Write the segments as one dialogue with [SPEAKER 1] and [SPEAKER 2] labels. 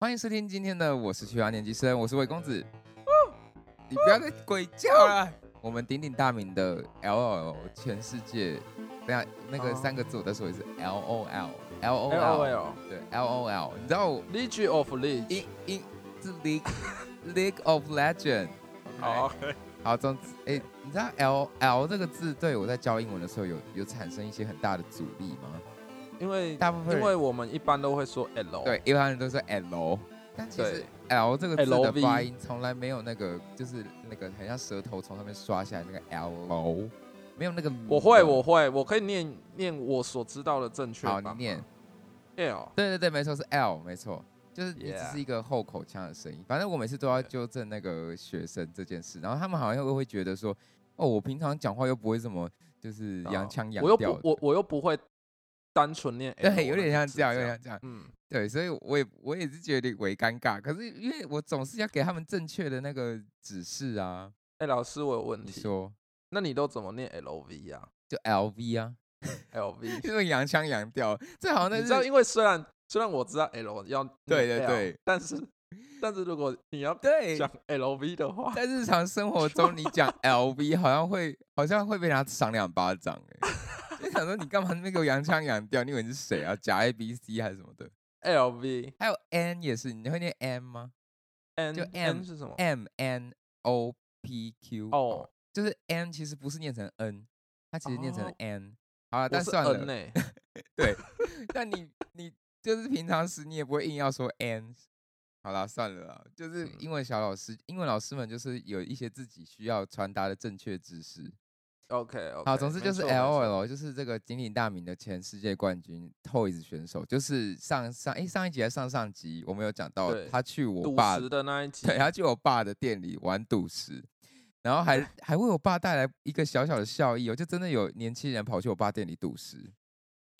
[SPEAKER 1] 欢迎收听今天的我是区华年级生，我是魏公子。
[SPEAKER 2] 呃
[SPEAKER 1] 哦你不要再鬼叫了！
[SPEAKER 2] 哎
[SPEAKER 1] 我们鼎鼎大名的 LOL，全世界，等下那个
[SPEAKER 2] 哦
[SPEAKER 1] 三个字我再说一次
[SPEAKER 2] ，L O
[SPEAKER 1] ，LOL，LOL，
[SPEAKER 2] L
[SPEAKER 1] 对，LOL。你知道我
[SPEAKER 2] 哎 League of League，
[SPEAKER 1] 英英是 League League of Legend。
[SPEAKER 2] 好，
[SPEAKER 1] 好，总之，哎、你知道 L L 这个字对我在教英文的时候有有产生一些很大的阻力吗？
[SPEAKER 2] 因为
[SPEAKER 1] 大部分
[SPEAKER 2] 因
[SPEAKER 1] 人
[SPEAKER 2] 为我们一般都会说 L，
[SPEAKER 1] 对，一般人都说 L，但其实
[SPEAKER 2] 对
[SPEAKER 1] L 这个字的
[SPEAKER 2] LV
[SPEAKER 1] 发音从来没有那个，就是那个很像舌头从上面刷下来那个 L，没有那个。
[SPEAKER 2] 我会我会，我可以念念我所知道的正确
[SPEAKER 1] 好，
[SPEAKER 2] 版
[SPEAKER 1] 你
[SPEAKER 2] 吗
[SPEAKER 1] 念，哦
[SPEAKER 2] L，
[SPEAKER 1] 对对对，没错是 L，没错，就是你只
[SPEAKER 2] Yeah
[SPEAKER 1] 是一个后口腔的声音。反正我每次都要纠正那个学生这件事，然后他们好像又会觉得说，哦，我平常讲话又不会这么就是
[SPEAKER 2] 哦
[SPEAKER 1] 洋腔洋
[SPEAKER 2] 我又
[SPEAKER 1] 调
[SPEAKER 2] 不，我哎我又不会单纯念 L，
[SPEAKER 1] 对，有点像这样，有点像这样。
[SPEAKER 2] 嗯，
[SPEAKER 1] 对，所以我也我也是觉得有点微尴尬，可是因为我总是要给他们正确的那个指示啊。
[SPEAKER 2] 哎，老师我有问
[SPEAKER 1] 你
[SPEAKER 2] 题，
[SPEAKER 1] 说
[SPEAKER 2] 那你都怎么念 L V 呀
[SPEAKER 1] 就 L V 啊，
[SPEAKER 2] ？L V，
[SPEAKER 1] 这种洋腔洋调，这好像
[SPEAKER 2] 你
[SPEAKER 1] 那
[SPEAKER 2] 知道，
[SPEAKER 1] 是
[SPEAKER 2] 因为虽然虽然我知道 L 要念
[SPEAKER 1] 对对
[SPEAKER 2] L，
[SPEAKER 1] 对
[SPEAKER 2] 但是但是如果你要
[SPEAKER 1] 对，
[SPEAKER 2] 讲 L V 的话，
[SPEAKER 1] 在日常生活中你讲 L V 好像会好像会被人家赏两巴掌 哎、就想说你干嘛那个洋腔洋调？你以为你是谁啊？假 A B C 还是什么的？
[SPEAKER 2] L V
[SPEAKER 1] 还有 N 也是，你会念 M 吗
[SPEAKER 2] N
[SPEAKER 1] 就 M
[SPEAKER 2] N 是什么？
[SPEAKER 1] ？M N O P Q
[SPEAKER 2] 哦，
[SPEAKER 1] 就是 N 其实不是念成 N，它其实念成
[SPEAKER 2] 哦
[SPEAKER 1] N。好了，
[SPEAKER 2] 我
[SPEAKER 1] 啊但
[SPEAKER 2] 是
[SPEAKER 1] 算
[SPEAKER 2] N
[SPEAKER 1] 了，
[SPEAKER 2] 欸呢。
[SPEAKER 1] 但你你就是平常时你也不会硬要说 N。好啦，算了啦，就是
[SPEAKER 2] 嗯
[SPEAKER 1] 英文小老师，英文老师们就是有一些自己需要传达的正确知识。
[SPEAKER 2] OK OK，
[SPEAKER 1] 好，总之
[SPEAKER 2] 没
[SPEAKER 1] 就是
[SPEAKER 2] 错没错
[SPEAKER 1] LOL，就是这个鼎鼎大名的前世界冠军 Toys 选手，就是上上诶、上一集还是上上集我们有讲到
[SPEAKER 2] 对
[SPEAKER 1] 他去我
[SPEAKER 2] 赌
[SPEAKER 1] 爸
[SPEAKER 2] 石的那一集，
[SPEAKER 1] 对，他去我爸的店里玩赌石，然后还还为我爸带来一个小小的效益哦，就真的有年轻人跑去我爸店里赌石，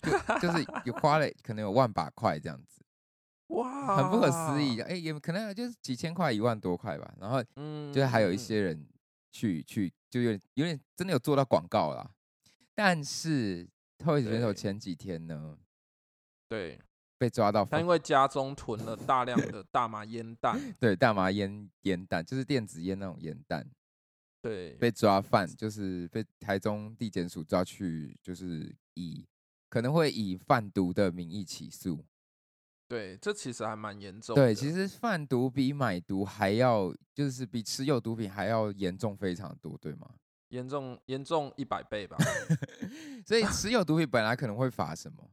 [SPEAKER 1] 就就是有 花了可能有万把块这样子，
[SPEAKER 2] 哇，
[SPEAKER 1] 很不可思
[SPEAKER 2] 哦
[SPEAKER 1] 议，，哎、也可能就是几千块一万多块吧，然后
[SPEAKER 2] 嗯
[SPEAKER 1] 就是还有一
[SPEAKER 2] 嗯
[SPEAKER 1] 些人去去就有点有点真的有做到广告啦，但是特位选手
[SPEAKER 2] 对
[SPEAKER 1] 前几天呢
[SPEAKER 2] 嗯对，
[SPEAKER 1] 被抓到
[SPEAKER 2] 他
[SPEAKER 1] 疯
[SPEAKER 2] 因为家中囤了大量的大麻烟 弹，
[SPEAKER 1] 对大麻烟烟弹，就是电子烟那种烟弹。
[SPEAKER 2] 对，
[SPEAKER 1] 被抓犯，就是被台中地检署抓去，就是以可能会以贩毒的名义起诉。
[SPEAKER 2] 对，这其实还蛮严重的，
[SPEAKER 1] 对，其实贩毒比买毒还要，就是比持有毒品还要严重非常多，对吗？
[SPEAKER 2] 严重严重一百 倍吧。
[SPEAKER 1] 所 以持有毒品本来可能会罚什么？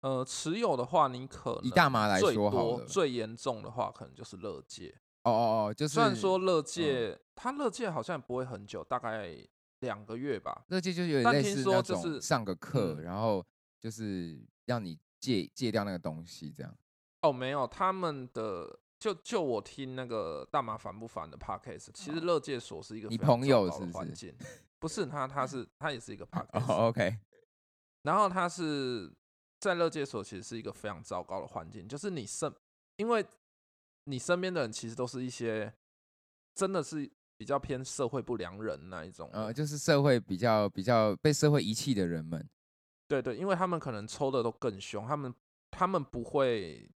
[SPEAKER 2] 呃，持有的话，你可能
[SPEAKER 1] 以大麻来
[SPEAKER 2] 最
[SPEAKER 1] 说好
[SPEAKER 2] 多
[SPEAKER 1] 了，
[SPEAKER 2] 最严重的话，可能就是乐戒。
[SPEAKER 1] 哦哦哦，就是
[SPEAKER 2] 虽然说乐戒，它乐戒好像也不会很久，大概两个月吧。
[SPEAKER 1] 这就就有点
[SPEAKER 2] 但
[SPEAKER 1] 类
[SPEAKER 2] 听
[SPEAKER 1] 似
[SPEAKER 2] 说
[SPEAKER 1] 那
[SPEAKER 2] 就
[SPEAKER 1] 种
[SPEAKER 2] 是
[SPEAKER 1] 上个课，
[SPEAKER 2] 嗯
[SPEAKER 1] 然后就是让你戒戒掉那个东西，这样。
[SPEAKER 2] 哦，没有，他们的就就我听那个大麻烦不烦的 podcast，其实乐界所是一个
[SPEAKER 1] 嗯你
[SPEAKER 2] 非常
[SPEAKER 1] 朋友
[SPEAKER 2] 糟糕
[SPEAKER 1] 是
[SPEAKER 2] 的
[SPEAKER 1] 不是
[SPEAKER 2] 环境，不是他，他是他也是一个 podcast，
[SPEAKER 1] 哦，OK，
[SPEAKER 2] 然后他是在乐界所其实是一个非常糟糕的环境，就是你身因为你身边的人其实都是一些真的是比较偏社会不良人那一种人，
[SPEAKER 1] 呃，就是社会比较比较被社会遗弃的人们。
[SPEAKER 2] 对对，因为他们可能抽的都更凶，他们他们不会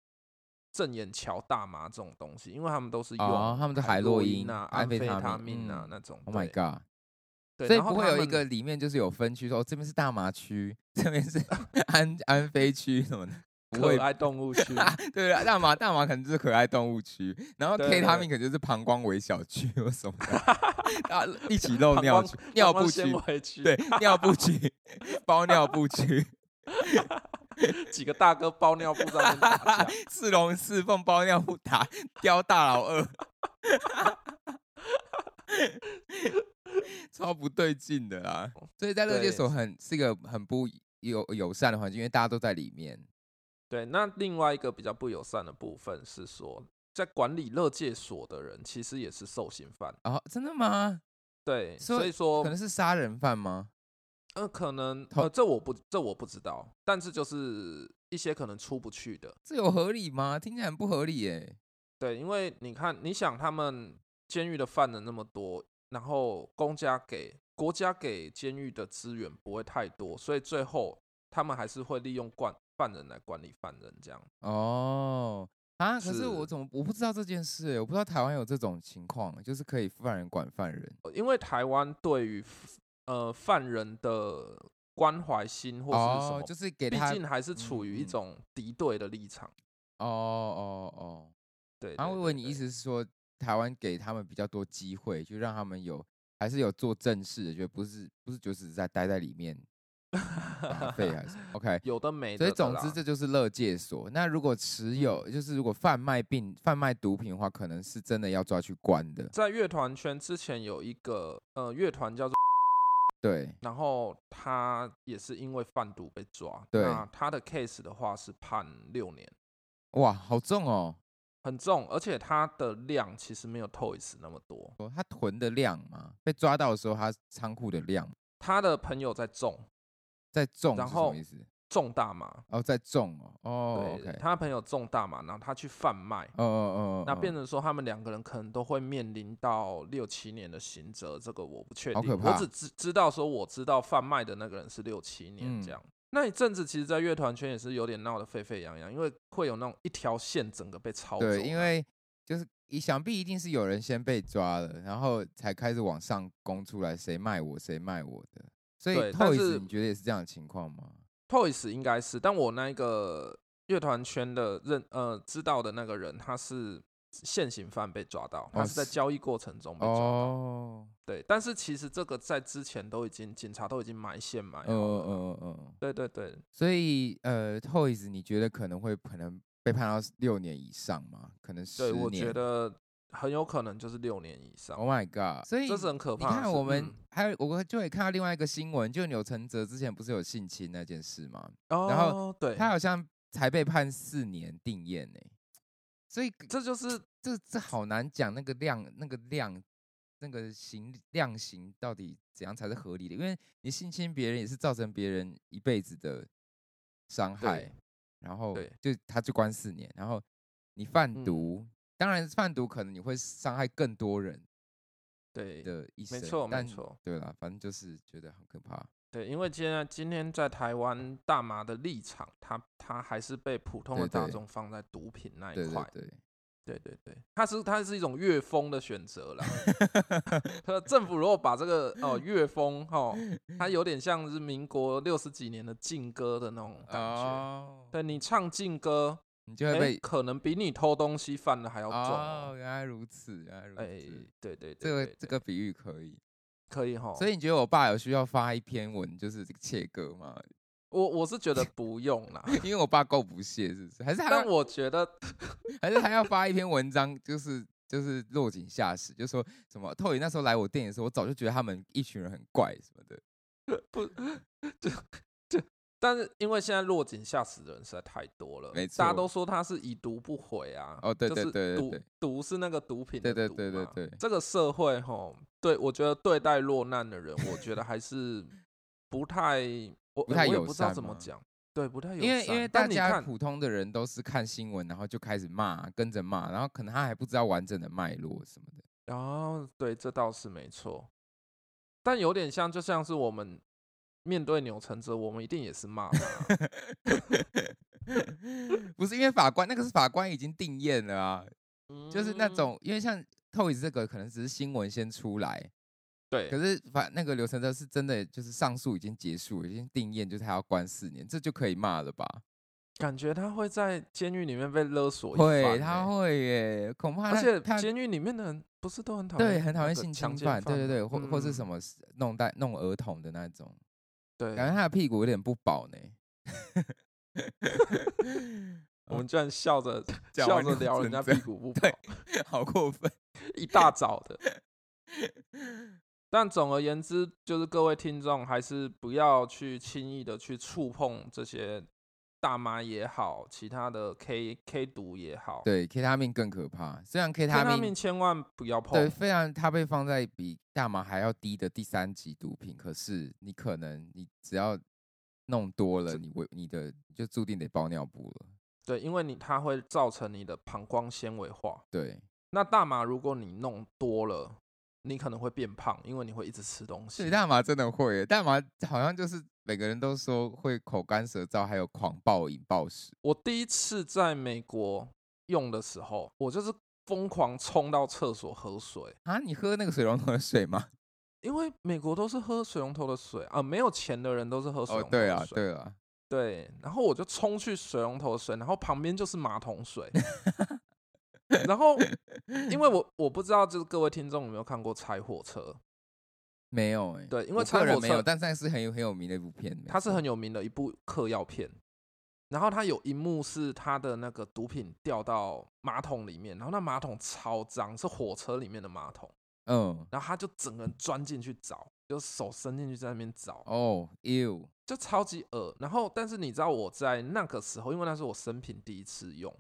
[SPEAKER 2] 正眼瞧大麻这种东西，因为他们都是用、
[SPEAKER 1] 哦他们都海
[SPEAKER 2] 海
[SPEAKER 1] 洛
[SPEAKER 2] 洛
[SPEAKER 1] 因
[SPEAKER 2] 啊、
[SPEAKER 1] 安
[SPEAKER 2] 安
[SPEAKER 1] 非
[SPEAKER 2] 非
[SPEAKER 1] 他
[SPEAKER 2] 他
[SPEAKER 1] 命
[SPEAKER 2] 命啊
[SPEAKER 1] 嗯
[SPEAKER 2] 那种。
[SPEAKER 1] Oh my
[SPEAKER 2] 对
[SPEAKER 1] god！
[SPEAKER 2] 对
[SPEAKER 1] 所以
[SPEAKER 2] 然后
[SPEAKER 1] 不会
[SPEAKER 2] 他
[SPEAKER 1] 有一
[SPEAKER 2] 们
[SPEAKER 1] 个里面就是有分区，说、哦、这边是大麻区，这边 是安安非区什么的，不会
[SPEAKER 2] 可爱动 物区
[SPEAKER 1] 对啊，大麻大麻可能就是可爱动物区，然后
[SPEAKER 2] 对
[SPEAKER 1] K
[SPEAKER 2] 对
[SPEAKER 1] 他命可能就是膀胱微小区或什么 的啊，一起漏尿区、尿布区，
[SPEAKER 2] 回去，
[SPEAKER 1] 对，尿布区、包尿布区、，
[SPEAKER 2] 几个大哥包尿布在那边打架
[SPEAKER 1] 四龙四凤包尿布打雕大老二， 超不对劲的啦。所以在乐界
[SPEAKER 2] 哦对
[SPEAKER 1] 所很是一个很不友友善的环境，因为大家都在里面。
[SPEAKER 2] 对，那另外一个比较不友善的部分是说，在管理乐界所的人其实也是受刑犯，
[SPEAKER 1] 哦，真的吗？
[SPEAKER 2] 对，
[SPEAKER 1] 所
[SPEAKER 2] 所
[SPEAKER 1] 以
[SPEAKER 2] 以说
[SPEAKER 1] 可能是杀人犯吗？
[SPEAKER 2] 呃，可能
[SPEAKER 1] 同
[SPEAKER 2] 呃，这我不这我不知道，但是就是一些可能出不去的，
[SPEAKER 1] 这有合理吗？听起来很不合理耶、
[SPEAKER 2] 对，因为你看，你想他们监狱的犯人那么多，然后公家给国家给监狱的资源不会太多，所以最后他们还是会利用管犯人来管理犯人这样。
[SPEAKER 1] 哦，啊！可
[SPEAKER 2] 是
[SPEAKER 1] 是我怎么我不知道这件事欸、我不知道台湾有这种情况，就是可以犯人管犯人。
[SPEAKER 2] 呃因为台湾对于呃犯人的关怀心或是什么，
[SPEAKER 1] 哦，就是给
[SPEAKER 2] 毕
[SPEAKER 1] 他
[SPEAKER 2] 竟还是处于一
[SPEAKER 1] 嗯嗯
[SPEAKER 2] 种敌对的立场。
[SPEAKER 1] 哦哦哦。
[SPEAKER 2] 对，
[SPEAKER 1] 然后
[SPEAKER 2] 对
[SPEAKER 1] 我以
[SPEAKER 2] 对
[SPEAKER 1] 为你
[SPEAKER 2] 对
[SPEAKER 1] 意思是说，台湾给他们比较多机会，就让他们有还是有做正事的，就不是不是就只是在待在里面浪费还是什么 OK。
[SPEAKER 2] 有的 没的
[SPEAKER 1] 所以
[SPEAKER 2] 的
[SPEAKER 1] 总
[SPEAKER 2] 啦嗯
[SPEAKER 1] 之，这就是乐界所。那如果持有，就是如果贩卖病、贩卖毒品的话，可能是真的要抓去关的。
[SPEAKER 2] 在乐团圈之前有一个呃乐团叫做，
[SPEAKER 1] 对，
[SPEAKER 2] 然后他也是因为贩毒被抓，
[SPEAKER 1] 对
[SPEAKER 2] 那他的 case 的话是判六年，
[SPEAKER 1] 哇，好重哦！
[SPEAKER 2] 很重，而且他的量其实没有 Toys 那么多，
[SPEAKER 1] 哦他囤的量嘛，被抓到的时候，他仓库的量
[SPEAKER 2] 他的朋友在种
[SPEAKER 1] 在重是
[SPEAKER 2] 然
[SPEAKER 1] 什么
[SPEAKER 2] 后
[SPEAKER 1] 意思？
[SPEAKER 2] 种大麻，
[SPEAKER 1] 哦，在重哦，哦
[SPEAKER 2] 对
[SPEAKER 1] ，OK，
[SPEAKER 2] 他的朋友种大麻，然后他去贩卖。
[SPEAKER 1] 哦哦哦，
[SPEAKER 2] 那变
[SPEAKER 1] 得
[SPEAKER 2] 成说，他们两个人可能都会面临到六七年的刑责，这个我不确
[SPEAKER 1] 好
[SPEAKER 2] 定。
[SPEAKER 1] 可怕
[SPEAKER 2] 我只知知道说，我知道贩卖的那个人是六七
[SPEAKER 1] 嗯
[SPEAKER 2] 年这样。那一阵子，其实，在乐团圈也是有点闹得沸沸扬扬，因为会有那种一条线整个被抄走。
[SPEAKER 1] 对，因为就是一想必一定是有人先被抓了，然后才开始往上攻出来，谁卖我谁卖我的。所以
[SPEAKER 2] 对但
[SPEAKER 1] Toys
[SPEAKER 2] 是
[SPEAKER 1] 你觉得也是这样的情况吗？
[SPEAKER 2] Toys 应该是，但我那一个乐团圈的认呃知道的那个人，他是现行犯被抓到，他是在
[SPEAKER 1] 哦是
[SPEAKER 2] 交易过程中被抓到。
[SPEAKER 1] 哦，
[SPEAKER 2] 对，但是其实这个在之前都已经警察都已经埋线埋好
[SPEAKER 1] 嗯嗯
[SPEAKER 2] 了。
[SPEAKER 1] 嗯嗯，
[SPEAKER 2] 对对对，
[SPEAKER 1] 所以呃，Toys 你觉得可能会可能被判到六年以上吗？可能十
[SPEAKER 2] 对，
[SPEAKER 1] 年。
[SPEAKER 2] 我觉得很有可能就是六年以上，
[SPEAKER 1] Oh my god！所以
[SPEAKER 2] 这是很可
[SPEAKER 1] 你
[SPEAKER 2] 怕的事。
[SPEAKER 1] 看，我们
[SPEAKER 2] 嗯
[SPEAKER 1] 还有我就会看到另外一个新闻，就钮承泽之前不是有性侵那件事吗？然后
[SPEAKER 2] 哦，对，
[SPEAKER 1] 他好像才被判四年定谳呢、所以
[SPEAKER 2] 这就是
[SPEAKER 1] 这这好难讲，那个量那个量那个刑量刑到底怎样才是合理的？因为你性侵别人也是造成别人一辈子的伤害
[SPEAKER 2] 对，
[SPEAKER 1] 然后
[SPEAKER 2] 对
[SPEAKER 1] 就他就关四年，然后你贩
[SPEAKER 2] 嗯
[SPEAKER 1] 毒，当然贩毒可能你会伤害更多人
[SPEAKER 2] 对，
[SPEAKER 1] 的一生，
[SPEAKER 2] 没错没
[SPEAKER 1] 但
[SPEAKER 2] 错，
[SPEAKER 1] 对啦，反正就是觉得很可怕。
[SPEAKER 2] 对，因为今天今天在台湾大麻的立场，它它还是被普通
[SPEAKER 1] 对
[SPEAKER 2] 的大
[SPEAKER 1] 对
[SPEAKER 2] 众放在毒品那一
[SPEAKER 1] 对对
[SPEAKER 2] 块。
[SPEAKER 1] 对，
[SPEAKER 2] 对对对，它是它是一种乐风的选择啦。 呃，政府如果把这个哦乐风哦，它有点像是民国六十几年的禁歌的那种感觉。
[SPEAKER 1] 哦，
[SPEAKER 2] 对你唱禁歌，
[SPEAKER 1] 你就
[SPEAKER 2] 哎、
[SPEAKER 1] 会被
[SPEAKER 2] 可能比你偷东西犯的还要重
[SPEAKER 1] 哦，
[SPEAKER 2] 哦。
[SPEAKER 1] 原来如此，原来如此。
[SPEAKER 2] 哎、对对对
[SPEAKER 1] 这个
[SPEAKER 2] 对
[SPEAKER 1] 这
[SPEAKER 2] 对
[SPEAKER 1] 个比喻可以，
[SPEAKER 2] 可以哈。
[SPEAKER 1] 所以你觉得我爸有需要发一篇文，就是这个切割吗？
[SPEAKER 2] 我我是觉得不用 啦，
[SPEAKER 1] 因为我爸够不屑，是不是？还是他
[SPEAKER 2] 但
[SPEAKER 1] 要
[SPEAKER 2] 我觉得
[SPEAKER 1] 还是他要发一篇文章，就是就是落井下石，就说什么透影那时候来我店里的时候，我早就觉得他们一群人很怪什么的。
[SPEAKER 2] 但是因为现在落井下石的人实在太多了，
[SPEAKER 1] 没
[SPEAKER 2] 大家
[SPEAKER 1] 错
[SPEAKER 2] 都说他是已读不回啊。
[SPEAKER 1] 哦对
[SPEAKER 2] 就
[SPEAKER 1] 对
[SPEAKER 2] 是
[SPEAKER 1] 对对
[SPEAKER 2] 毒
[SPEAKER 1] 对
[SPEAKER 2] 毒是那个毒品
[SPEAKER 1] 对
[SPEAKER 2] 的
[SPEAKER 1] 对
[SPEAKER 2] 毒
[SPEAKER 1] 对对
[SPEAKER 2] 嘛
[SPEAKER 1] 对
[SPEAKER 2] 这个社会吼，对我觉得对待落难的人，我觉得还是不太我
[SPEAKER 1] 不太
[SPEAKER 2] 我也
[SPEAKER 1] 友
[SPEAKER 2] 不知道
[SPEAKER 1] 善
[SPEAKER 2] 怎么
[SPEAKER 1] 吗
[SPEAKER 2] 讲，对，不太友善。
[SPEAKER 1] 因为因为
[SPEAKER 2] 但
[SPEAKER 1] 大
[SPEAKER 2] 你
[SPEAKER 1] 家
[SPEAKER 2] 看
[SPEAKER 1] 普通的人都是看新闻，然后就开始骂，跟着骂，然后可能他还不知道完整的脉络什么的。
[SPEAKER 2] 哦，对，这倒是没错，但有点像，就像是我们面对钮承泽，我们一定也是骂他啊
[SPEAKER 1] 不是因为法官那个是法官已经定验了啊，就是那
[SPEAKER 2] 嗯
[SPEAKER 1] 种因为像透影这个可能只是新闻先出来，
[SPEAKER 2] 对，
[SPEAKER 1] 可是反那个刘承泽是真的，就是上诉已经结束，已经定验，就是他要关四年，这就可以骂了吧？
[SPEAKER 2] 感觉他会在监狱里面被勒索一番
[SPEAKER 1] 会，他
[SPEAKER 2] 欸
[SPEAKER 1] 会耶，恐怕他
[SPEAKER 2] 而且
[SPEAKER 1] 他
[SPEAKER 2] 监狱里面的人不是都很讨厌
[SPEAKER 1] 对很讨
[SPEAKER 2] 那
[SPEAKER 1] 厌
[SPEAKER 2] 个
[SPEAKER 1] 性
[SPEAKER 2] 强
[SPEAKER 1] 侵
[SPEAKER 2] 奸
[SPEAKER 1] 犯，对对
[SPEAKER 2] 吗
[SPEAKER 1] 对，或或是
[SPEAKER 2] 嗯
[SPEAKER 1] 什么弄带弄儿童的那种，
[SPEAKER 2] 对，
[SPEAKER 1] 感觉他的屁股有点不保呢。
[SPEAKER 2] 我们居然笑着
[SPEAKER 1] 讲
[SPEAKER 2] 笑
[SPEAKER 1] 完
[SPEAKER 2] 着
[SPEAKER 1] 钮
[SPEAKER 2] 聊
[SPEAKER 1] 承
[SPEAKER 2] 人家
[SPEAKER 1] 泽
[SPEAKER 2] 屁股不
[SPEAKER 1] 对
[SPEAKER 2] 饱，
[SPEAKER 1] 好过 分！
[SPEAKER 2] 一大早的。但总而言之，就是各位听众还是不要去轻易的去触碰这些大麻也好，其他的 K K 毒也好，
[SPEAKER 1] 对，K 他命更可怕，虽然 K
[SPEAKER 2] 他
[SPEAKER 1] 他
[SPEAKER 2] 命
[SPEAKER 1] 命
[SPEAKER 2] 千万不要碰
[SPEAKER 1] 对，。非常它被放在比大麻还要低的第三级毒品，可是你可能你只要弄多了，
[SPEAKER 2] 这
[SPEAKER 1] 你为你的就注定得包尿布了。
[SPEAKER 2] 对，因为你它会造成你的膀胱纤维化。
[SPEAKER 1] 对，
[SPEAKER 2] 那大麻如果你弄多了，你可能会变胖，因为你会一直吃东
[SPEAKER 1] 所以
[SPEAKER 2] 西。
[SPEAKER 1] 大麻真的会耶，大麻好像就是每个人都说会口干舌燥，还有狂暴饮暴食。
[SPEAKER 2] 我第一次在美国用的时候，我就是疯狂冲到厕所喝水，
[SPEAKER 1] 啊，你喝那个水龙头的水吗？
[SPEAKER 2] 因为美国都是喝水龙头的水啊，没有钱的人都是喝水
[SPEAKER 1] 哦
[SPEAKER 2] 龙，头
[SPEAKER 1] 对
[SPEAKER 2] 的
[SPEAKER 1] 啊，
[SPEAKER 2] 水。
[SPEAKER 1] 对啊，
[SPEAKER 2] 对，然后我就冲去水龙头的水，然后旁边就是马 桶水，然后因为我我不知道，就是各位听众有没有看过《拆火车》？
[SPEAKER 1] 没有哎、
[SPEAKER 2] 对，因
[SPEAKER 1] 我
[SPEAKER 2] 为《拆
[SPEAKER 1] 个人
[SPEAKER 2] 火
[SPEAKER 1] 没
[SPEAKER 2] 车
[SPEAKER 1] 有，》但但是很有很有名的一部片，没
[SPEAKER 2] 它是
[SPEAKER 1] 错
[SPEAKER 2] 很有名的一部嗑药片，然后它有一幕是它的那个毒品掉到马桶里面，然后那马桶超脏，是火车里面的马桶，
[SPEAKER 1] 嗯
[SPEAKER 2] 然后他就整个人钻进去找，就手伸进去在那边找，
[SPEAKER 1] 哦 you
[SPEAKER 2] 就超级恶。然后，但是你知道我在那个时候，因为那是我生平第一次用，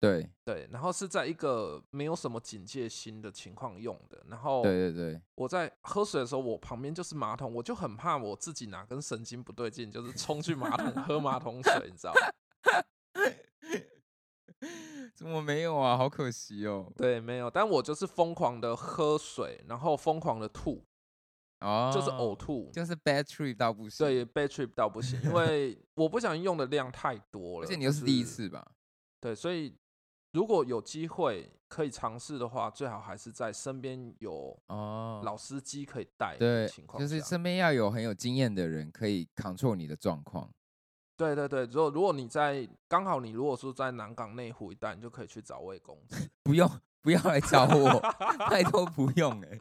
[SPEAKER 1] 对
[SPEAKER 2] 对，然后是在一个没有什么警戒心的情况用的。然后
[SPEAKER 1] 对对对，
[SPEAKER 2] 我在喝水的时候，我旁边就是马桶，我就很怕我自己哪根神经不对劲，就是冲去马 桶喝马桶水，你知道吗？
[SPEAKER 1] 怎么没有啊？好可惜哦。
[SPEAKER 2] 对，没有，但我就是疯狂的喝水，然后疯狂的吐，
[SPEAKER 1] 哦，
[SPEAKER 2] 就是呕，吐，
[SPEAKER 1] 就是 bad trip 到不行。，
[SPEAKER 2] 对，被 trip 到不行，因为我不小心用的量太多
[SPEAKER 1] 而
[SPEAKER 2] 了，
[SPEAKER 1] 且你
[SPEAKER 2] 就
[SPEAKER 1] 又是第一，次吧？
[SPEAKER 2] 对，所以如果有机会可以尝试的话，最好还是在身边有
[SPEAKER 1] 哦，
[SPEAKER 2] 老司机可以带的
[SPEAKER 1] 对
[SPEAKER 2] 情，况
[SPEAKER 1] 就
[SPEAKER 2] 下，
[SPEAKER 1] 是身边要有很有经验的人可以 control 你的状况。
[SPEAKER 2] 对对对，如果如果你在刚好你如果说在南港内湖一带，你就可以去找魏公子，
[SPEAKER 1] 不用，不要来找我，拜托不用哎、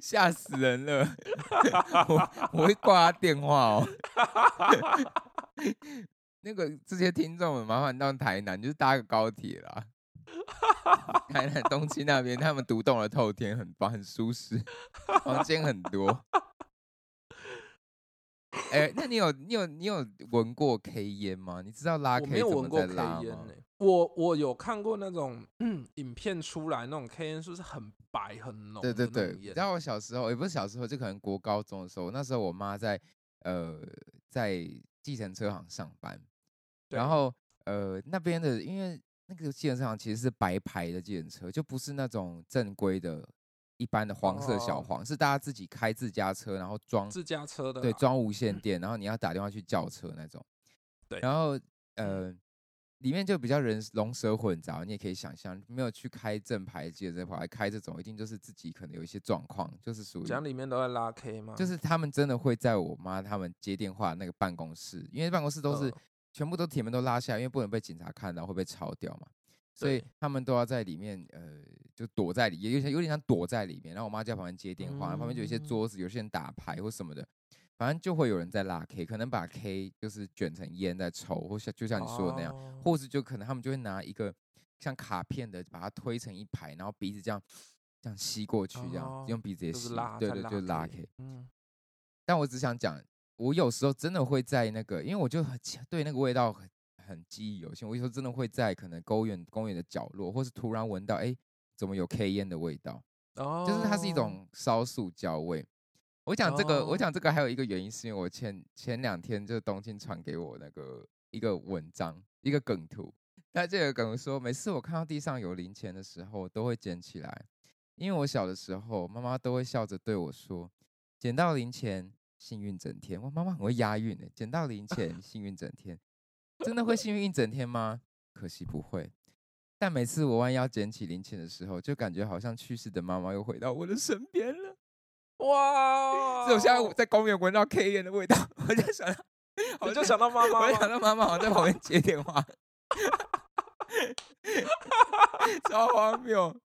[SPEAKER 1] 吓死人了！我我会挂他电话哦。 那个这些听众们，麻烦到台南，就是搭个高铁啦。 台南东区那边，他们独栋的透天很棒，很舒适，房间很多。哎、那你有你有你有闻过 K 烟吗？你知道拉
[SPEAKER 2] 我
[SPEAKER 1] K
[SPEAKER 2] 没有
[SPEAKER 1] 怎
[SPEAKER 2] 闻
[SPEAKER 1] 么
[SPEAKER 2] 过
[SPEAKER 1] 在
[SPEAKER 2] K
[SPEAKER 1] 拉吗？
[SPEAKER 2] 烟欸呢、我我有看过那种、 嗯、影片出来，那种 K 烟是不是很白很浓的
[SPEAKER 1] 对
[SPEAKER 2] 那
[SPEAKER 1] 对
[SPEAKER 2] 种
[SPEAKER 1] 对，
[SPEAKER 2] 烟？
[SPEAKER 1] 你知道我小时候也不是小时候，就可能国高中的时候，那时候我妈在呃在计程车行上班，
[SPEAKER 2] 对
[SPEAKER 1] 然后呃那边的因为那个计程车行其实是白牌的计程车，就不是那种正规的一般的黄色小
[SPEAKER 2] 哦
[SPEAKER 1] 黄，是大家自己开自家车，然后装
[SPEAKER 2] 自家车的
[SPEAKER 1] 对，
[SPEAKER 2] 啦嗯
[SPEAKER 1] 装无线电，然后你要打电话去叫车那种。
[SPEAKER 2] 对嗯
[SPEAKER 1] 然后呃，里面就比较人龙蛇混杂，你也可以想象，没有去开正牌接着跑来开这种，一定就是自己可能有一些状况，就是属于。
[SPEAKER 2] 讲里面都在拉 K 吗？
[SPEAKER 1] 就是他们真的会在我妈他们接电话那个办公室，因为办公室都是
[SPEAKER 2] 呃
[SPEAKER 1] 全部都铁门都拉下来，因为不能被警察看到会被抄掉嘛，所以
[SPEAKER 2] 对
[SPEAKER 1] 他们都要在里面呃就躲在里，有点有点像躲在里面。然后我妈就在旁边接电话，旁边就有一些
[SPEAKER 2] 嗯
[SPEAKER 1] 桌子，有些人打牌或什么的，反正就会有人在拉 K，可能把 K 就是卷成烟在抽，或像就像你说的那样，
[SPEAKER 2] 哦
[SPEAKER 1] 或是就可能他们就会拿一个像卡片的，把它推成一排，然后鼻子这样这样吸过去，这样、
[SPEAKER 2] 哦
[SPEAKER 1] 用鼻子也
[SPEAKER 2] 就是
[SPEAKER 1] 吸，
[SPEAKER 2] 拉
[SPEAKER 1] 对
[SPEAKER 2] 在
[SPEAKER 1] 对，
[SPEAKER 2] 拉
[SPEAKER 1] 就拉
[SPEAKER 2] K
[SPEAKER 1] K。
[SPEAKER 2] 嗯，
[SPEAKER 1] 但我只想讲，我有时候真的会在那个，因为我就很记对那个味道很很记忆犹新。我有时候真的会在可能公园公园的角落，或是突然闻到，哎、怎么有 K 烟的味道？
[SPEAKER 2] 哦，
[SPEAKER 1] 就是它是一种烧塑胶味。我讲这个，我
[SPEAKER 2] 哦
[SPEAKER 1] 讲这个还有一个原因，是因为我前前两天就是东青传给我那个一个文章，一个梗图。那这个梗图说，每次我看到地上有零钱的时候，都会捡起来，因为我小的时候，妈妈都会笑着对我说：“捡到零钱，幸运整天。”我妈妈很会押韵的，捡到零钱，幸运整天。真的会幸运一整天吗？可惜不会。但每次我弯腰捡起零钱的时候，就感觉好像去世的妈妈又回到我的身边了。
[SPEAKER 2] 哇！
[SPEAKER 1] 所以我现在我在公园闻到 K 烟的味道， 我就想到，
[SPEAKER 2] 我
[SPEAKER 1] 我
[SPEAKER 2] 就想到妈妈
[SPEAKER 1] 我就
[SPEAKER 2] 吗，
[SPEAKER 1] 想到妈妈好像在旁边接电话， 超荒谬。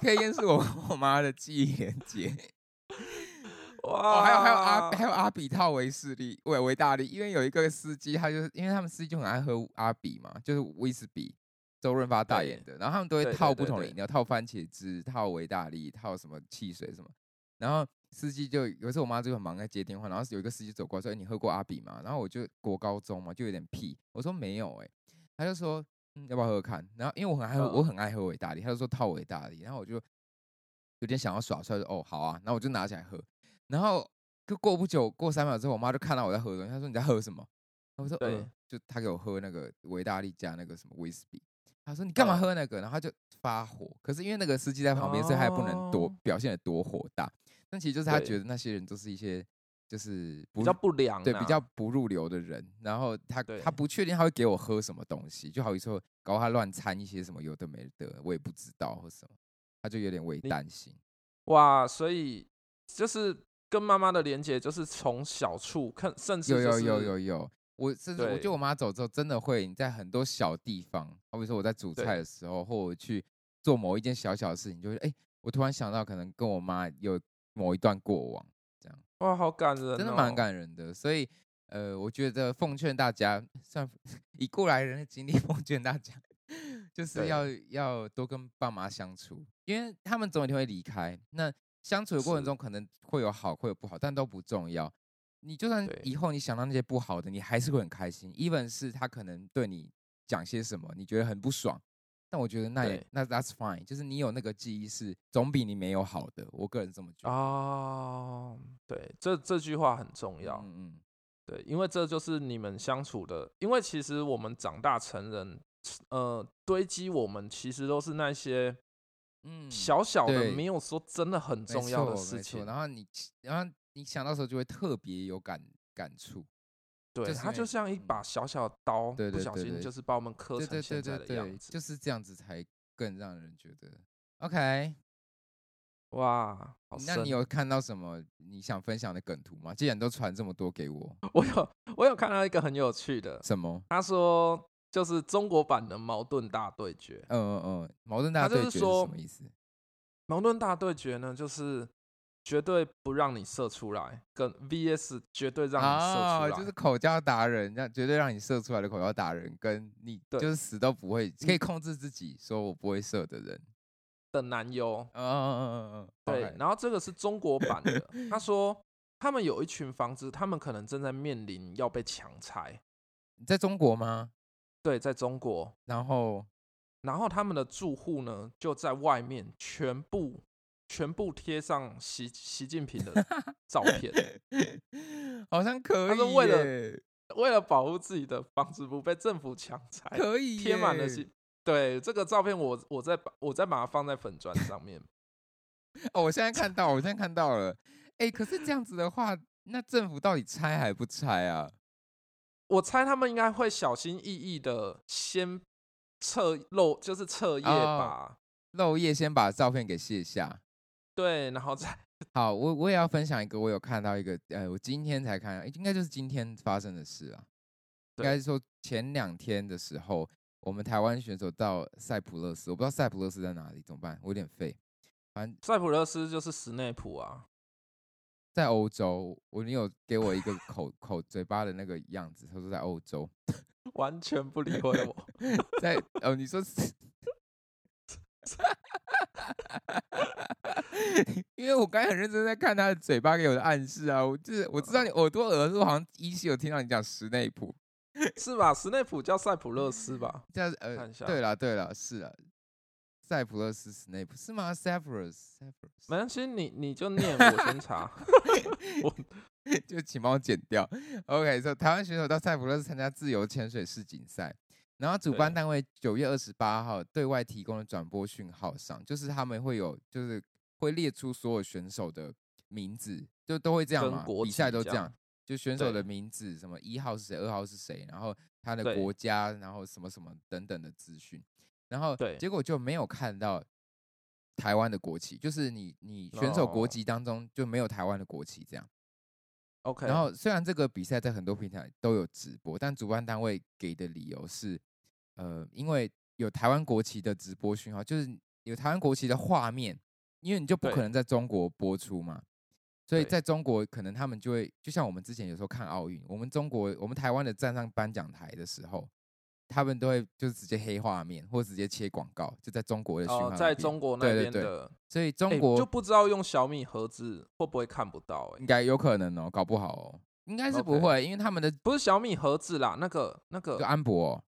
[SPEAKER 1] K 烟是我我妈的记忆连接。
[SPEAKER 2] 哇！
[SPEAKER 1] 哦，还有还有阿
[SPEAKER 2] 啊
[SPEAKER 1] 还有阿比套维士利维维大利，因为有一个司机，他就是因为他们司机就很爱喝阿比嘛，就是威士比，周润发代言的，然后他们都会
[SPEAKER 2] 对对
[SPEAKER 1] 套
[SPEAKER 2] 对
[SPEAKER 1] 不同的
[SPEAKER 2] 对
[SPEAKER 1] 饮料，套番茄汁，套维大利，套什么汽水什么，然后司机就有一次我妈就很忙在接电话，然后有一个司机走过来说：“哎、你喝过阿比吗？”然后我就国高中嘛，就有点屁，我说没有、哎，他就说。嗯，要不要喝喝看？然后因为我很爱喝，我
[SPEAKER 2] 嗯
[SPEAKER 1] 很爱喝维大利，他就说套维大利，然后我就有点想要耍帅，说哦好啊，然后我就拿起来喝，然后就过不久，过三秒之后，我妈就看到我在喝东西，她说你在喝什么？我说
[SPEAKER 2] 对
[SPEAKER 1] 呃，就她给我喝那个维大利加那个什么威士忌，她说你干嘛
[SPEAKER 2] 嗯
[SPEAKER 1] 喝那个？然后她就发火，可是因为那个司机在旁边，所以她也不能多
[SPEAKER 2] 哦
[SPEAKER 1] 表现的多火大，但其实就是她
[SPEAKER 2] 对
[SPEAKER 1] 觉得那些人都是一些。就是
[SPEAKER 2] 比
[SPEAKER 1] 不
[SPEAKER 2] 较不良、啊，
[SPEAKER 1] 对比较不入流的人，然后他
[SPEAKER 2] 对
[SPEAKER 1] 他不确定他会给我喝什么东西，就好比说搞他乱掺一些什么有的没的，我也不知道或什么，他就有点为
[SPEAKER 2] 你
[SPEAKER 1] 担心。
[SPEAKER 2] 哇，所以就是跟妈妈的连接，就是从小处看，甚至、
[SPEAKER 1] 有
[SPEAKER 2] 就
[SPEAKER 1] 有
[SPEAKER 2] 是、
[SPEAKER 1] 有有有，我甚至我觉
[SPEAKER 2] 对
[SPEAKER 1] 得我妈走之后，真的会你在很多小地方，好比说我在煮
[SPEAKER 2] 对
[SPEAKER 1] 菜的时候，或我去做某一件小小的事情，就会哎、我突然想到可能跟我妈有某一段过往，
[SPEAKER 2] 哇，好感人、哦，
[SPEAKER 1] 真的蛮。感人的。所以呃，我觉得奉劝大家， 算以过来人的经历， 奉劝大家就是
[SPEAKER 2] 对
[SPEAKER 1] 要要多跟爸妈相处，因为他们总有一天会离开。那相处的过程
[SPEAKER 2] 是
[SPEAKER 1] 中，可能会有好，会有不好，但都不重要。你就算
[SPEAKER 2] 对
[SPEAKER 1] 以后你想到那些不好的，你还是会很开心。even 是他可能对你讲些什么，你觉得很不爽，但我觉得那也
[SPEAKER 2] 对
[SPEAKER 1] 那 that's fine，就是你有那个记忆是总比你没有好的。我个人这么觉得。
[SPEAKER 2] 哦，对，这这句话很重要，
[SPEAKER 1] 嗯嗯，
[SPEAKER 2] 对，因为这就是你们相处的，因为其实我们长大成人，呃，堆积我们其实都是那些
[SPEAKER 1] 嗯
[SPEAKER 2] 小小的，
[SPEAKER 1] 对
[SPEAKER 2] 没有说真的很
[SPEAKER 1] 没
[SPEAKER 2] 重要的
[SPEAKER 1] 错
[SPEAKER 2] 事
[SPEAKER 1] 没错
[SPEAKER 2] 情，
[SPEAKER 1] 然后你其，然后你想到的时候就会特别有感感触。
[SPEAKER 2] 对，
[SPEAKER 1] 就是
[SPEAKER 2] 它
[SPEAKER 1] 因
[SPEAKER 2] 就
[SPEAKER 1] 为
[SPEAKER 2] 像一
[SPEAKER 1] 嗯
[SPEAKER 2] 把小小的刀，
[SPEAKER 1] 对
[SPEAKER 2] 不
[SPEAKER 1] 对
[SPEAKER 2] 小
[SPEAKER 1] 对
[SPEAKER 2] 心
[SPEAKER 1] 对
[SPEAKER 2] 就是把我们刻
[SPEAKER 1] 对
[SPEAKER 2] 成
[SPEAKER 1] 对
[SPEAKER 2] 现
[SPEAKER 1] 对
[SPEAKER 2] 在
[SPEAKER 1] 对
[SPEAKER 2] 的样
[SPEAKER 1] 对，
[SPEAKER 2] 子，
[SPEAKER 1] 就是这样子才更让人觉得 OK。
[SPEAKER 2] 哇，好
[SPEAKER 1] 那
[SPEAKER 2] 深
[SPEAKER 1] 你有看到什么你想分享的梗图吗？既然都传这么多给我，
[SPEAKER 2] 哦我有我有看到一个很有趣的，
[SPEAKER 1] 什么？
[SPEAKER 2] 他说就是中国版的矛盾大对决。
[SPEAKER 1] 嗯嗯嗯，矛盾大
[SPEAKER 2] 他就
[SPEAKER 1] 对
[SPEAKER 2] 是
[SPEAKER 1] 决是
[SPEAKER 2] 说
[SPEAKER 1] 什么意思？
[SPEAKER 2] 矛盾大对决呢，就是绝对不让你射出来，跟 VS 绝对让你射出
[SPEAKER 1] 啊，
[SPEAKER 2] 来，
[SPEAKER 1] 就是口交达人，让绝对让你射出来的口交达人，跟你
[SPEAKER 2] 对
[SPEAKER 1] 就是死都不会，可
[SPEAKER 2] 你
[SPEAKER 1] 以控制自己，说我不会射的人。
[SPEAKER 2] 的男优。
[SPEAKER 1] 嗯嗯嗯嗯嗯，
[SPEAKER 2] 对
[SPEAKER 1] OK
[SPEAKER 2] 然后这个是中国版的， 他说他们有一群房子，他们可能正在面临要被强拆。
[SPEAKER 1] 你在中国吗？
[SPEAKER 2] 对，在中国，
[SPEAKER 1] 然后
[SPEAKER 2] 然后他们的住户呢就在外面全部全部贴上习习近平 的照片，
[SPEAKER 1] 好像可以耶，
[SPEAKER 2] 他是为了为了保护自己的房子不被政府强拆，
[SPEAKER 1] 可以
[SPEAKER 2] 贴满了
[SPEAKER 1] 耶
[SPEAKER 2] 习。对这个照片我，我再把我再把它放在粉砖上面。
[SPEAKER 1] 哦，我现在看到，我现在看到了。哎、可是这样子的话，那政府到底拆还不拆啊？
[SPEAKER 2] 我猜他们应该会小心翼翼的先彻漏，就是彻夜
[SPEAKER 1] 哦
[SPEAKER 2] 吧。
[SPEAKER 1] 漏夜先把照片给卸下。
[SPEAKER 2] 对，然后再
[SPEAKER 1] 好，我我也要分享一个，我有看到一个，呃，我今天才看到，应该就是今天发生的事啊。应
[SPEAKER 2] 对
[SPEAKER 1] 该是说前两天的时候，我们台湾选手到塞浦路斯，我不知道塞浦路斯在哪里，怎么办？我有点废。反正
[SPEAKER 2] 塞浦路斯就是史内普啊，
[SPEAKER 1] 在欧洲，我你有给我一个口口嘴巴的那个样子，他说在欧洲，
[SPEAKER 2] 完全不理会 我。
[SPEAKER 1] 在哦，你说是 因为我刚才很认真在看他的嘴巴给我的暗示啊，我就是我知
[SPEAKER 2] 嗯
[SPEAKER 1] 道你耳朵耳朵好像依稀有听到你讲史内普，
[SPEAKER 2] 是吧？史内普叫塞浦路斯吧？
[SPEAKER 1] 这样
[SPEAKER 2] 看
[SPEAKER 1] 呃
[SPEAKER 2] 一，下
[SPEAKER 1] 对了对了，是了，塞浦路斯史内普是吗？Severus
[SPEAKER 2] 没
[SPEAKER 1] Severus，
[SPEAKER 2] 关系，你你就念，我先 查。
[SPEAKER 1] 就请帮我剪掉。OK，所、以台湾选手到塞浦路斯参加自由潜水世锦赛，然后主办
[SPEAKER 2] 对
[SPEAKER 1] 单位九月二十八号对外提供的转播讯号上，就是他们会有，就是会列出所有选手的名字，就都会这样
[SPEAKER 2] 跟
[SPEAKER 1] 嘛，
[SPEAKER 2] 国
[SPEAKER 1] 比赛
[SPEAKER 2] 籍
[SPEAKER 1] 都
[SPEAKER 2] 这
[SPEAKER 1] 这
[SPEAKER 2] 样
[SPEAKER 1] 样，就选手
[SPEAKER 2] 对
[SPEAKER 1] 的名字，什么一号是谁，二号是谁，然后他的
[SPEAKER 2] 对
[SPEAKER 1] 国家，然后什么什么等等的资讯，然后
[SPEAKER 2] 对
[SPEAKER 1] 结果就没有看到台湾的国旗，就是你你选手国
[SPEAKER 2] 哦
[SPEAKER 1] 籍当中就没有台湾的国旗这样。
[SPEAKER 2] OK，
[SPEAKER 1] 然后虽然这个比赛在很多平台都有直播，但主办单位给的理由是，呃，因为有台湾国旗的直播讯号，就是有台湾国旗的画面，因为你就不
[SPEAKER 2] 对
[SPEAKER 1] 可能在中国播出嘛，所以
[SPEAKER 2] 对
[SPEAKER 1] 在中国可能他们就会，就像我们之前有时候看奥运，我们中国我们台湾的站上颁奖台的时候，他们都会就是直接黑画面或直接切广告，就在中国的讯号、
[SPEAKER 2] 哦，在中，国那
[SPEAKER 1] 对对
[SPEAKER 2] 边
[SPEAKER 1] 对
[SPEAKER 2] 的，
[SPEAKER 1] 所以
[SPEAKER 2] 哎
[SPEAKER 1] 中国、
[SPEAKER 2] 就不知道用小米盒子会不会看不到、哎
[SPEAKER 1] 应，该有可能哦，搞不好哦，应该是不
[SPEAKER 2] OK
[SPEAKER 1] 会，因为他们的
[SPEAKER 2] 不是小米盒子啦，那个那个
[SPEAKER 1] 就安博、哦。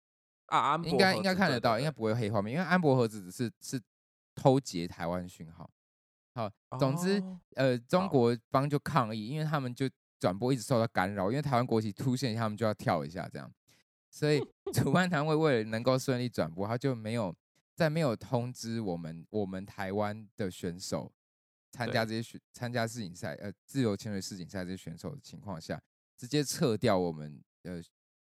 [SPEAKER 2] 啊，安博
[SPEAKER 1] 应该
[SPEAKER 2] 盒
[SPEAKER 1] 应该
[SPEAKER 2] 子
[SPEAKER 1] 看
[SPEAKER 2] 对
[SPEAKER 1] 得
[SPEAKER 2] 对
[SPEAKER 1] 到，
[SPEAKER 2] 对
[SPEAKER 1] 应该不会黑画面，因为安博盒子只是是偷截台湾讯号。总之
[SPEAKER 2] 哦
[SPEAKER 1] 呃，中
[SPEAKER 2] 好
[SPEAKER 1] 国方就抗议，因为他们就转播一直受到干扰，因为台湾国旗凸现，他们就要跳一下这样。所 以主办单位为了能够顺利转播，他就没有在没有通知我们我们台湾的选手参
[SPEAKER 2] 对
[SPEAKER 1] 加这些选参加世锦赛，呃，自由潜水世锦赛这些选手的情况下，直接撤掉我们呃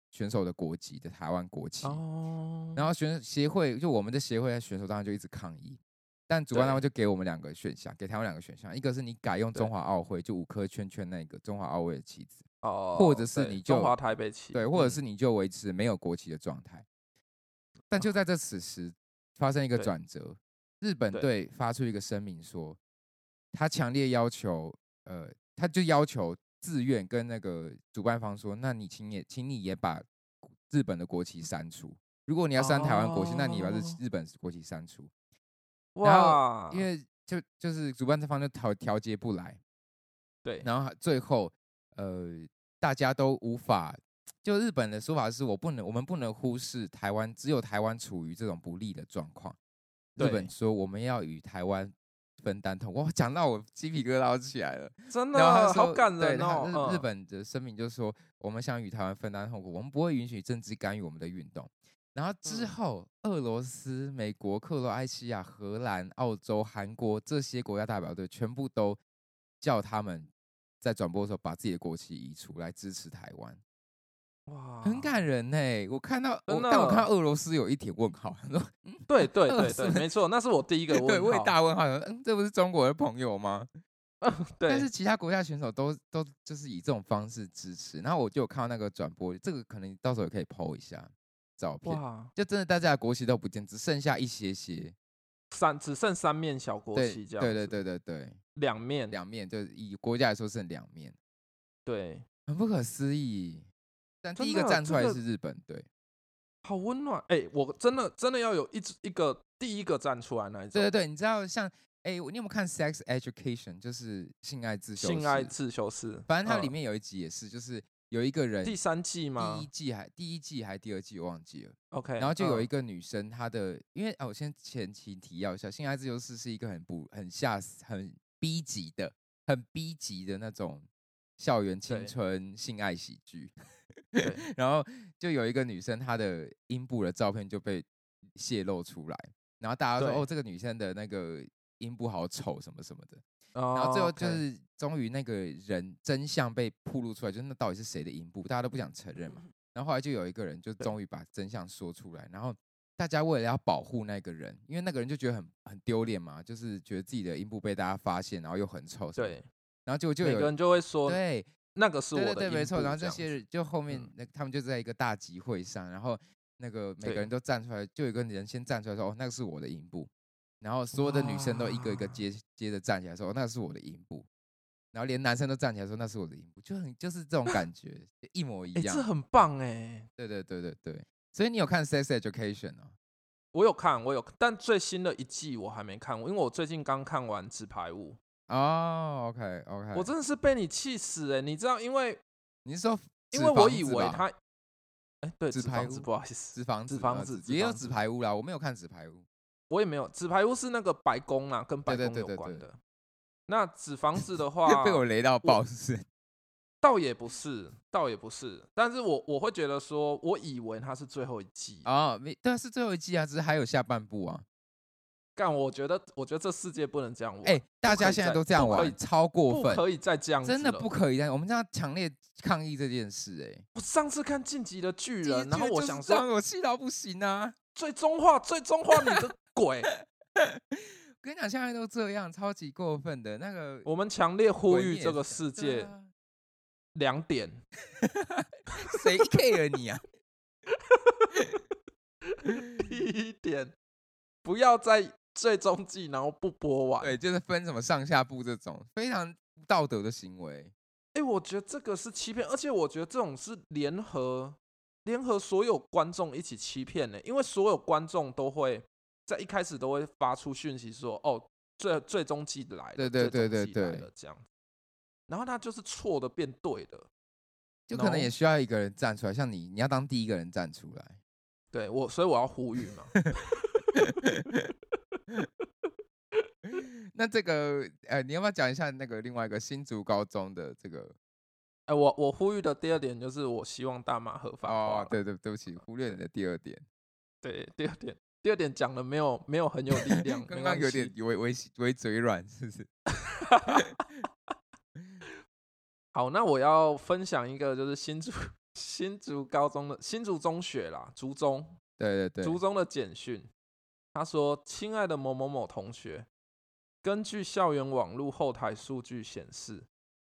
[SPEAKER 1] 选手的国籍的台湾国旗。
[SPEAKER 2] 哦，
[SPEAKER 1] 然后选协会就我们的协会的选手当然就一直抗议，但主办单位就给我们两个选项，给台湾两个选项，一个是你改用
[SPEAKER 2] 对
[SPEAKER 1] 中华奥会，就五颗圈圈那个中华奥会的旗子，
[SPEAKER 2] 哦，
[SPEAKER 1] 或者是
[SPEAKER 2] 对
[SPEAKER 1] 你
[SPEAKER 2] 中
[SPEAKER 1] 就
[SPEAKER 2] 华台北旗，
[SPEAKER 1] 对，或者
[SPEAKER 2] 嗯
[SPEAKER 1] 是你就维持没有国旗的状态。但就在这此时发生一个
[SPEAKER 2] 哦对
[SPEAKER 1] 转折，日本
[SPEAKER 2] 对
[SPEAKER 1] 队发出一个声明说，他强烈要求，呃，他就要求自愿跟那个主办方说，那你请也请你也把日本的国旗删除。如果你要删台湾国旗，那你把日
[SPEAKER 2] 哦啊
[SPEAKER 1] 日本国旗删除，然后
[SPEAKER 2] 嗯哇，
[SPEAKER 1] 因为就就是主办方就调调节不来，
[SPEAKER 2] 对，
[SPEAKER 1] 然后最后呃，大家都无法。就日本的说法是我不能，我们不能忽视台湾，只有台湾处于这种不利的状况。日
[SPEAKER 2] 对
[SPEAKER 1] 本说我们要与台湾分担痛苦，哇，讲到我鸡皮疙瘩都起来了。
[SPEAKER 2] 真
[SPEAKER 1] 然后他
[SPEAKER 2] 的好
[SPEAKER 1] 说
[SPEAKER 2] 感
[SPEAKER 1] 对
[SPEAKER 2] 人
[SPEAKER 1] 他
[SPEAKER 2] 哦，
[SPEAKER 1] 日日
[SPEAKER 2] 嗯
[SPEAKER 1] 本的声明就说，我们想与台湾分担痛苦，我们不会允许政治干预我们的运动。然后之
[SPEAKER 2] 嗯
[SPEAKER 1] 后，俄罗斯、美国、克罗埃西亚、荷兰、澳洲、韩国这些国家代表队全部都叫他们在转播的时候把自己的国旗移除，来支持台湾，
[SPEAKER 2] 哇，
[SPEAKER 1] 很感人呢、我看到我
[SPEAKER 2] 啊真，
[SPEAKER 1] 但我看到
[SPEAKER 2] 的
[SPEAKER 1] 俄罗斯有一点问号， 说
[SPEAKER 2] 对对
[SPEAKER 1] 俄罗
[SPEAKER 2] 对
[SPEAKER 1] 斯
[SPEAKER 2] 对，没错，那是我第一个
[SPEAKER 1] 对，
[SPEAKER 2] 问
[SPEAKER 1] 我也
[SPEAKER 2] 号，
[SPEAKER 1] 大问号，想说嗯，这不是中国的朋友吗？但是
[SPEAKER 2] 对，
[SPEAKER 1] 其他国家选手都都就是以这种方式支持。然后我就有看到那个转播，这个可能到时候也可以 PO 一下照片，
[SPEAKER 2] 哇，
[SPEAKER 1] 就真的大家的国旗都不见，只剩下一些些。
[SPEAKER 2] 三只剩三面小国
[SPEAKER 1] 对
[SPEAKER 2] 旗这
[SPEAKER 1] 对
[SPEAKER 2] 样子，
[SPEAKER 1] 对对对对，
[SPEAKER 2] 两面，
[SPEAKER 1] 两面就是以国家来说剩两面，
[SPEAKER 2] 对，
[SPEAKER 1] 很不可思议。但
[SPEAKER 2] 真
[SPEAKER 1] 第一个
[SPEAKER 2] 的
[SPEAKER 1] 站出来
[SPEAKER 2] 这个
[SPEAKER 1] 是日本队，
[SPEAKER 2] 好温暖，哎，我真的真的要有一只一个第一个站出来那一
[SPEAKER 1] 对
[SPEAKER 2] 种
[SPEAKER 1] 对，对，你知道像哎、你有没有看《Sex Education》？就是性爱自修
[SPEAKER 2] 性爱
[SPEAKER 1] 室
[SPEAKER 2] 自修室，
[SPEAKER 1] 反正它
[SPEAKER 2] 嗯
[SPEAKER 1] 里面有一集也是，就是有一个人
[SPEAKER 2] 第三季
[SPEAKER 1] 第
[SPEAKER 2] 吗
[SPEAKER 1] 一季还第一季还第二季我忘记了。
[SPEAKER 2] ？OK，
[SPEAKER 1] 然后就有一
[SPEAKER 2] 嗯
[SPEAKER 1] 个女生，她的因为哦，我先前期提要一下，性爱自由室是一个很不很下很逼急的、很逼急的那种校园青
[SPEAKER 2] 对
[SPEAKER 1] 春性爱喜剧。
[SPEAKER 2] 对
[SPEAKER 1] 然后就有一个女生，她的阴部的照片就被泄露出来，然后大家说
[SPEAKER 2] 对
[SPEAKER 1] 哦，这个女生的那个阴部好丑什么什么的。
[SPEAKER 2] 然
[SPEAKER 1] 然后最
[SPEAKER 2] 哦
[SPEAKER 1] 后就是终于那个人真相被曝露出来，就是那到底是谁的阴部，大家都不想承认嘛。然后后来就有一个人就
[SPEAKER 2] 嗯对
[SPEAKER 1] 终于把真相说出来，然后大家为了要保护那个人，因为那个人就觉得很很丢脸嘛，就是觉得自己的阴部被大家发现，然后又很丑，，
[SPEAKER 2] 对，
[SPEAKER 1] 然后结果就
[SPEAKER 2] 每
[SPEAKER 1] 有
[SPEAKER 2] 个人就会说
[SPEAKER 1] 对
[SPEAKER 2] 那个是我
[SPEAKER 1] 对
[SPEAKER 2] 的
[SPEAKER 1] 对
[SPEAKER 2] 阴部
[SPEAKER 1] 对，
[SPEAKER 2] 这样子，
[SPEAKER 1] 没错。然后这些人就后面
[SPEAKER 2] 嗯
[SPEAKER 1] 那他们就在一个大集会上，然后那个每个
[SPEAKER 2] 对
[SPEAKER 1] 人都站出来，就有一个人先站出来说：“哦，那个是我的阴部。”然后所有的女生都一个一个
[SPEAKER 2] 哇
[SPEAKER 1] 接接着站起来说：“哦，那是我的阴部。”然后连男生都站起来说：“那是我的阴部。”就很就是这种 感觉，就一模一
[SPEAKER 2] 哎，
[SPEAKER 1] 样
[SPEAKER 2] 这。很棒哎、
[SPEAKER 1] 对对对对对。所以你有看《Sex Education》哦？
[SPEAKER 2] 我有看，我有，但最新的一季我还没看，因为我最近刚看完《纸牌屋
[SPEAKER 1] 哦，OK OK。》，
[SPEAKER 2] 我真的是被你气死哎、你知道，因为
[SPEAKER 1] 你是说
[SPEAKER 2] 因
[SPEAKER 1] 纸
[SPEAKER 2] 为我
[SPEAKER 1] 房
[SPEAKER 2] 以
[SPEAKER 1] 子
[SPEAKER 2] 为
[SPEAKER 1] 吧
[SPEAKER 2] 他，哎、对，
[SPEAKER 1] 纸
[SPEAKER 2] 纸
[SPEAKER 1] 牌
[SPEAKER 2] 房子，
[SPEAKER 1] 屋
[SPEAKER 2] 不好意思，
[SPEAKER 1] 纸房
[SPEAKER 2] 纸
[SPEAKER 1] 子
[SPEAKER 2] 房
[SPEAKER 1] 嘛
[SPEAKER 2] 子纸
[SPEAKER 1] 呃也有
[SPEAKER 2] 房
[SPEAKER 1] 纸
[SPEAKER 2] 子
[SPEAKER 1] 牌屋啦，我没有看纸牌屋。
[SPEAKER 2] 我也没有，《纸牌屋》是那个白宫啦，跟白
[SPEAKER 1] 对对
[SPEAKER 2] 宫
[SPEAKER 1] 对
[SPEAKER 2] 有
[SPEAKER 1] 对
[SPEAKER 2] 关的。
[SPEAKER 1] 对
[SPEAKER 2] 那纸房子的话，
[SPEAKER 1] 被我雷到爆是不是？
[SPEAKER 2] 倒也不是，倒也不是，但是我我会觉得说，我以为它是最后一季，
[SPEAKER 1] 哦，没，但是最后一季啊，只是还有下半部啊。
[SPEAKER 2] 但我觉得，我觉得这世界不能这样玩，
[SPEAKER 1] 哎、大
[SPEAKER 2] 不可
[SPEAKER 1] 家
[SPEAKER 2] 以
[SPEAKER 1] 现在
[SPEAKER 2] 再
[SPEAKER 1] 都这样
[SPEAKER 2] 不可
[SPEAKER 1] 玩
[SPEAKER 2] 以，
[SPEAKER 1] 超过
[SPEAKER 2] 不
[SPEAKER 1] 分，
[SPEAKER 2] 可以再这样子
[SPEAKER 1] 真的
[SPEAKER 2] 了
[SPEAKER 1] 不可以这样。我们这样强烈抗议这件事、哎，
[SPEAKER 2] 我上次看《晋级的巨
[SPEAKER 1] 这
[SPEAKER 2] 啊人》，然后
[SPEAKER 1] 就
[SPEAKER 2] 我
[SPEAKER 1] 是
[SPEAKER 2] 想
[SPEAKER 1] 这样
[SPEAKER 2] 说，
[SPEAKER 1] 我气到不行啊！
[SPEAKER 2] 最终化，最终化你 的鬼！
[SPEAKER 1] 我跟你讲，现在都这样，超级过分的那个
[SPEAKER 2] 我们强烈呼
[SPEAKER 1] 鬼
[SPEAKER 2] 吁
[SPEAKER 1] 灭
[SPEAKER 2] 这个
[SPEAKER 1] 是
[SPEAKER 2] 世
[SPEAKER 1] 对
[SPEAKER 2] 界
[SPEAKER 1] 啊
[SPEAKER 2] 两点，
[SPEAKER 1] 谁 care 你啊？
[SPEAKER 2] 第一点，不要在最终季然后不播完。
[SPEAKER 1] 对，就是分什么上下部这种非常不道德的行为。
[SPEAKER 2] 哎，我觉得这个是欺骗，而且我觉得这种是联合联合所有观众一起欺骗的，因为所有观众都会在一开始都会发出讯息说，哦，最最终季来了，
[SPEAKER 1] 对对对
[SPEAKER 2] 最终
[SPEAKER 1] 对
[SPEAKER 2] 季来
[SPEAKER 1] 对
[SPEAKER 2] 了这样，然后他就是错的变对的。
[SPEAKER 1] 就可能
[SPEAKER 2] No
[SPEAKER 1] 也需要一个人站出来，像你，你要当第一个人站出来。
[SPEAKER 2] 对我，所以我要呼吁嘛。
[SPEAKER 1] 那这个，呃，你要不要讲一下那个另外一个新竹高中的这个
[SPEAKER 2] 哎、我我呼吁的第二点就是，我希望大麻合法化
[SPEAKER 1] 哦
[SPEAKER 2] 啦，。
[SPEAKER 1] 对对，对不起，忽略你的第二点，
[SPEAKER 2] 对，第二点，第二点讲的没有没有很有力量，
[SPEAKER 1] 刚
[SPEAKER 2] 没
[SPEAKER 1] 刚
[SPEAKER 2] 关
[SPEAKER 1] 有
[SPEAKER 2] 系
[SPEAKER 1] 点微微微嘴软，是不是？
[SPEAKER 2] 好，那我要分享一个，就是新竹 新竹高中的新竹中学啦，竹中
[SPEAKER 1] 对对
[SPEAKER 2] 竹
[SPEAKER 1] 对，
[SPEAKER 2] 中的简讯，他说：“亲爱的某某某同学，根据校园网络后台数据显示，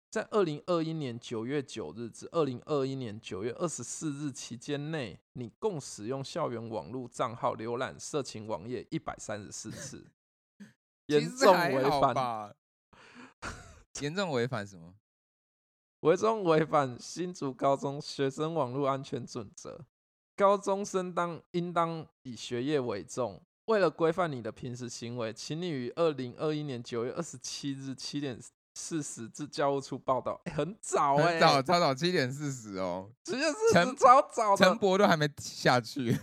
[SPEAKER 2] 在二零二一年九月九日至二零二一年九月二十四日期间内，你共使用校园网络账号浏览色情网页一百三十四次，
[SPEAKER 1] 其
[SPEAKER 2] 严
[SPEAKER 1] 实
[SPEAKER 2] 重
[SPEAKER 1] 还
[SPEAKER 2] 违
[SPEAKER 1] 好
[SPEAKER 2] 反
[SPEAKER 1] 吧？ 严重违反什么？
[SPEAKER 2] 违中违反新竹高中学生网络安全准则，高中生当应当以学业为重。为了规范你的平时行为，请你于二零二一年九月二十七日七点四十至教务处报道。诶很早
[SPEAKER 1] 很
[SPEAKER 2] 哎、
[SPEAKER 1] 早，超早七点四十哦，
[SPEAKER 2] 直接四十
[SPEAKER 1] 陈
[SPEAKER 2] 超早
[SPEAKER 1] 陈
[SPEAKER 2] 的，
[SPEAKER 1] 博都还没下去，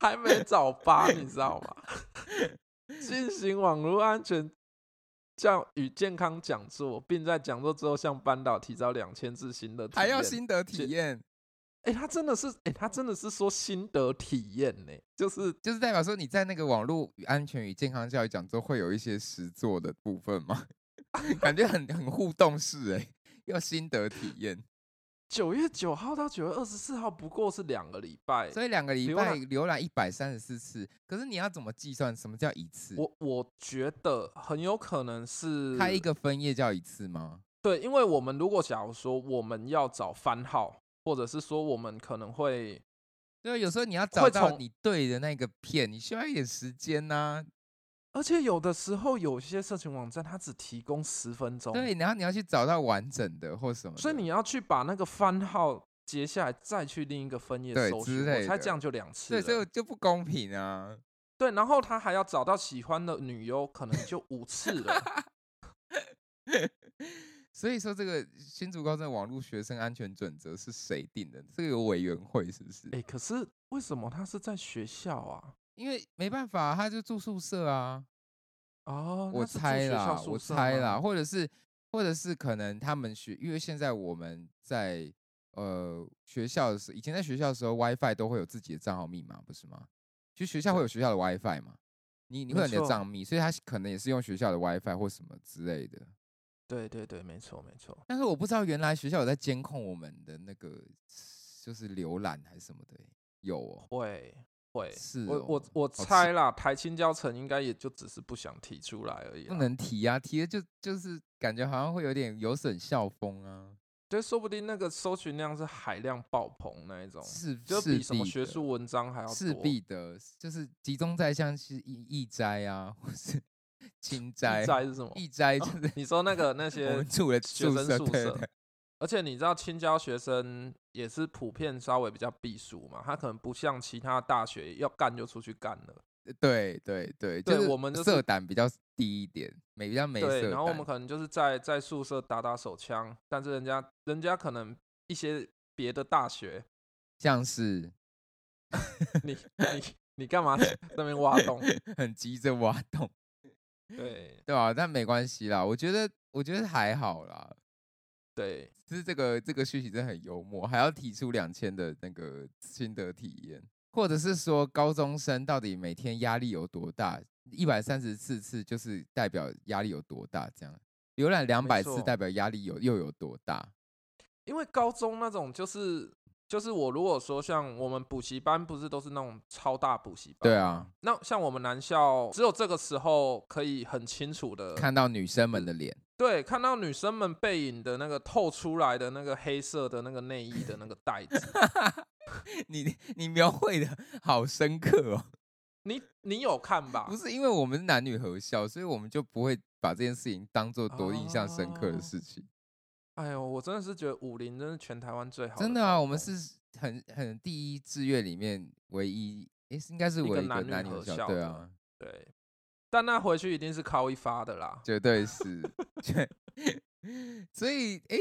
[SPEAKER 2] 还没早八， 你知道吗？进行网络安全教与健康讲座，并在讲座之后向班导提交两千字新的体
[SPEAKER 1] 还要
[SPEAKER 2] 验
[SPEAKER 1] 心得体
[SPEAKER 2] 这
[SPEAKER 1] 验，
[SPEAKER 2] 哎、他真的是，哎、他真的是说心得体验呢、就是
[SPEAKER 1] 就是代表说你在那个网络与安全与健康教育讲座会有一些实作的部分吗？ 感觉很很互动式哎、要心得体 验，
[SPEAKER 2] 九月九号到九月二十四号，不过是两个礼拜。
[SPEAKER 1] 所以两个礼
[SPEAKER 2] 浏
[SPEAKER 1] 拜
[SPEAKER 2] 览
[SPEAKER 1] 浏览一百三十四次，可是你要怎么计算什么叫一次？
[SPEAKER 2] 我我觉得很有可能是
[SPEAKER 1] 开一个分页叫一次吗？
[SPEAKER 2] 对，因为我们如果假如说我们要找番号，或者是说我们可能会
[SPEAKER 1] 对，啊有时候你要找
[SPEAKER 2] 会
[SPEAKER 1] 到
[SPEAKER 2] 从
[SPEAKER 1] 你对的那个片，你需要一点时间呐、
[SPEAKER 2] 而且有的时候有些社群网站它只提供十分钟，
[SPEAKER 1] 对，，然后你要去找到完整的或什么的，
[SPEAKER 2] 所以你要去把那个番号截下来，再去另一个分页
[SPEAKER 1] 对
[SPEAKER 2] 搜
[SPEAKER 1] 之
[SPEAKER 2] 寻，
[SPEAKER 1] 类
[SPEAKER 2] 我猜
[SPEAKER 1] 的
[SPEAKER 2] 这样就两次
[SPEAKER 1] 对，
[SPEAKER 2] 了。
[SPEAKER 1] 所以就不公平啊！
[SPEAKER 2] 对，然后他还要找到喜欢的女优，可能就五次了。
[SPEAKER 1] 所以说这个新竹高中的网络学生安全准则是谁定的？这个有委员会是不是？
[SPEAKER 2] 哎、可是为什么他是在学校啊？
[SPEAKER 1] 因为没办法，他就住宿舍啊，
[SPEAKER 2] 哦，
[SPEAKER 1] 我
[SPEAKER 2] 那是住
[SPEAKER 1] 猜
[SPEAKER 2] 学校
[SPEAKER 1] 啦，
[SPEAKER 2] 宿
[SPEAKER 1] 我
[SPEAKER 2] 舍
[SPEAKER 1] 猜
[SPEAKER 2] 吗
[SPEAKER 1] 啦，。或者是或者是可能他们学，因为现在我们在呃学校的时以前在学校的时候，WiFi 都会有自己的账号密码，不是吗？其实学校会有学校的 WiFi 嘛，你你会
[SPEAKER 2] 没
[SPEAKER 1] 有你的
[SPEAKER 2] 错
[SPEAKER 1] 账密，所以他可能也是用学校的 WiFi 或什么之类的。
[SPEAKER 2] 对对对，没错没错。
[SPEAKER 1] 但是我不知道原来学校有在监控我们的那个就是浏览还是什么的欸，有哦，
[SPEAKER 2] 会会，
[SPEAKER 1] 是
[SPEAKER 2] 我我
[SPEAKER 1] 哦
[SPEAKER 2] 我
[SPEAKER 1] 奇
[SPEAKER 2] 猜啦，台青教程应该也就只是不想提出来而已。
[SPEAKER 1] 不，能提啊，提了就就是感觉好像会有点有损校风啊，
[SPEAKER 2] 对，说不定那个搜寻量是海量爆棚那一种，
[SPEAKER 1] 是
[SPEAKER 2] 就是比什么
[SPEAKER 1] 必的
[SPEAKER 2] 学术文章还要多。
[SPEAKER 1] 势必的，就是集中在像是易易斋啊，或是 清斋，
[SPEAKER 2] 在是什么？
[SPEAKER 1] 易斋就
[SPEAKER 2] 哦
[SPEAKER 1] 是
[SPEAKER 2] 你说那个那
[SPEAKER 1] 我
[SPEAKER 2] 些
[SPEAKER 1] 们住的
[SPEAKER 2] 学
[SPEAKER 1] 宿
[SPEAKER 2] 生
[SPEAKER 1] 舍，
[SPEAKER 2] 宿
[SPEAKER 1] 对
[SPEAKER 2] 舍
[SPEAKER 1] 对，
[SPEAKER 2] 而且你知道青交学生也是普遍稍微比较避暑嘛，他可能不像其他大学要干就出去干了。
[SPEAKER 1] 对对对，
[SPEAKER 2] 对
[SPEAKER 1] 是
[SPEAKER 2] 我们就是
[SPEAKER 1] 色胆比较低一点，没比较没色
[SPEAKER 2] 对，
[SPEAKER 1] 胆，
[SPEAKER 2] 然后我们可能就是在在宿舍打打手枪，但是人家人家可能一些别的大学，
[SPEAKER 1] 像是
[SPEAKER 2] 你你你干嘛在那边挖 洞？
[SPEAKER 1] 很急着挖洞。
[SPEAKER 2] 对
[SPEAKER 1] 对啊，但没关系啦，我觉得我觉得还好啦，
[SPEAKER 2] 对，
[SPEAKER 1] 只是这个这个讯息真的很幽默，还要提出两千的那个心得体验，或者是说高中生到底每天压力有多大？一百三十四次就是代表压力有多大，这样浏览两百次
[SPEAKER 2] 错
[SPEAKER 1] 代表压力有又有多大？
[SPEAKER 2] 因为高中那种就是就是我如果说像我们补习班不是都是那种超大补习班，
[SPEAKER 1] 对，啊，
[SPEAKER 2] 那像我们男校只有这个时候可以很清楚的
[SPEAKER 1] 看到女生们的脸，
[SPEAKER 2] 对，看到女生们背影的那个透出来的那个黑色的那个内衣的那个带 子，
[SPEAKER 1] 你你描绘的好深刻哦。
[SPEAKER 2] 你你有看吧
[SPEAKER 1] 不？是因为我们是男女合校，所以我们就不会把这件事情当做多印象深刻的
[SPEAKER 2] 哦
[SPEAKER 1] 事情。
[SPEAKER 2] 哎呦，我真的是觉得武林真是全台湾最好
[SPEAKER 1] 真
[SPEAKER 2] 的
[SPEAKER 1] 的啊，
[SPEAKER 2] 高
[SPEAKER 1] 我们
[SPEAKER 2] 中
[SPEAKER 1] 是很很第一志愿里面唯一，诶、应该是
[SPEAKER 2] 一个
[SPEAKER 1] 唯一一个
[SPEAKER 2] 男女
[SPEAKER 1] 男女
[SPEAKER 2] 合
[SPEAKER 1] 合校，
[SPEAKER 2] 校
[SPEAKER 1] 对
[SPEAKER 2] 的
[SPEAKER 1] 啊，
[SPEAKER 2] 对，但那回去一定是靠一发的啦。
[SPEAKER 1] 绝对 是，对。 所以，诶、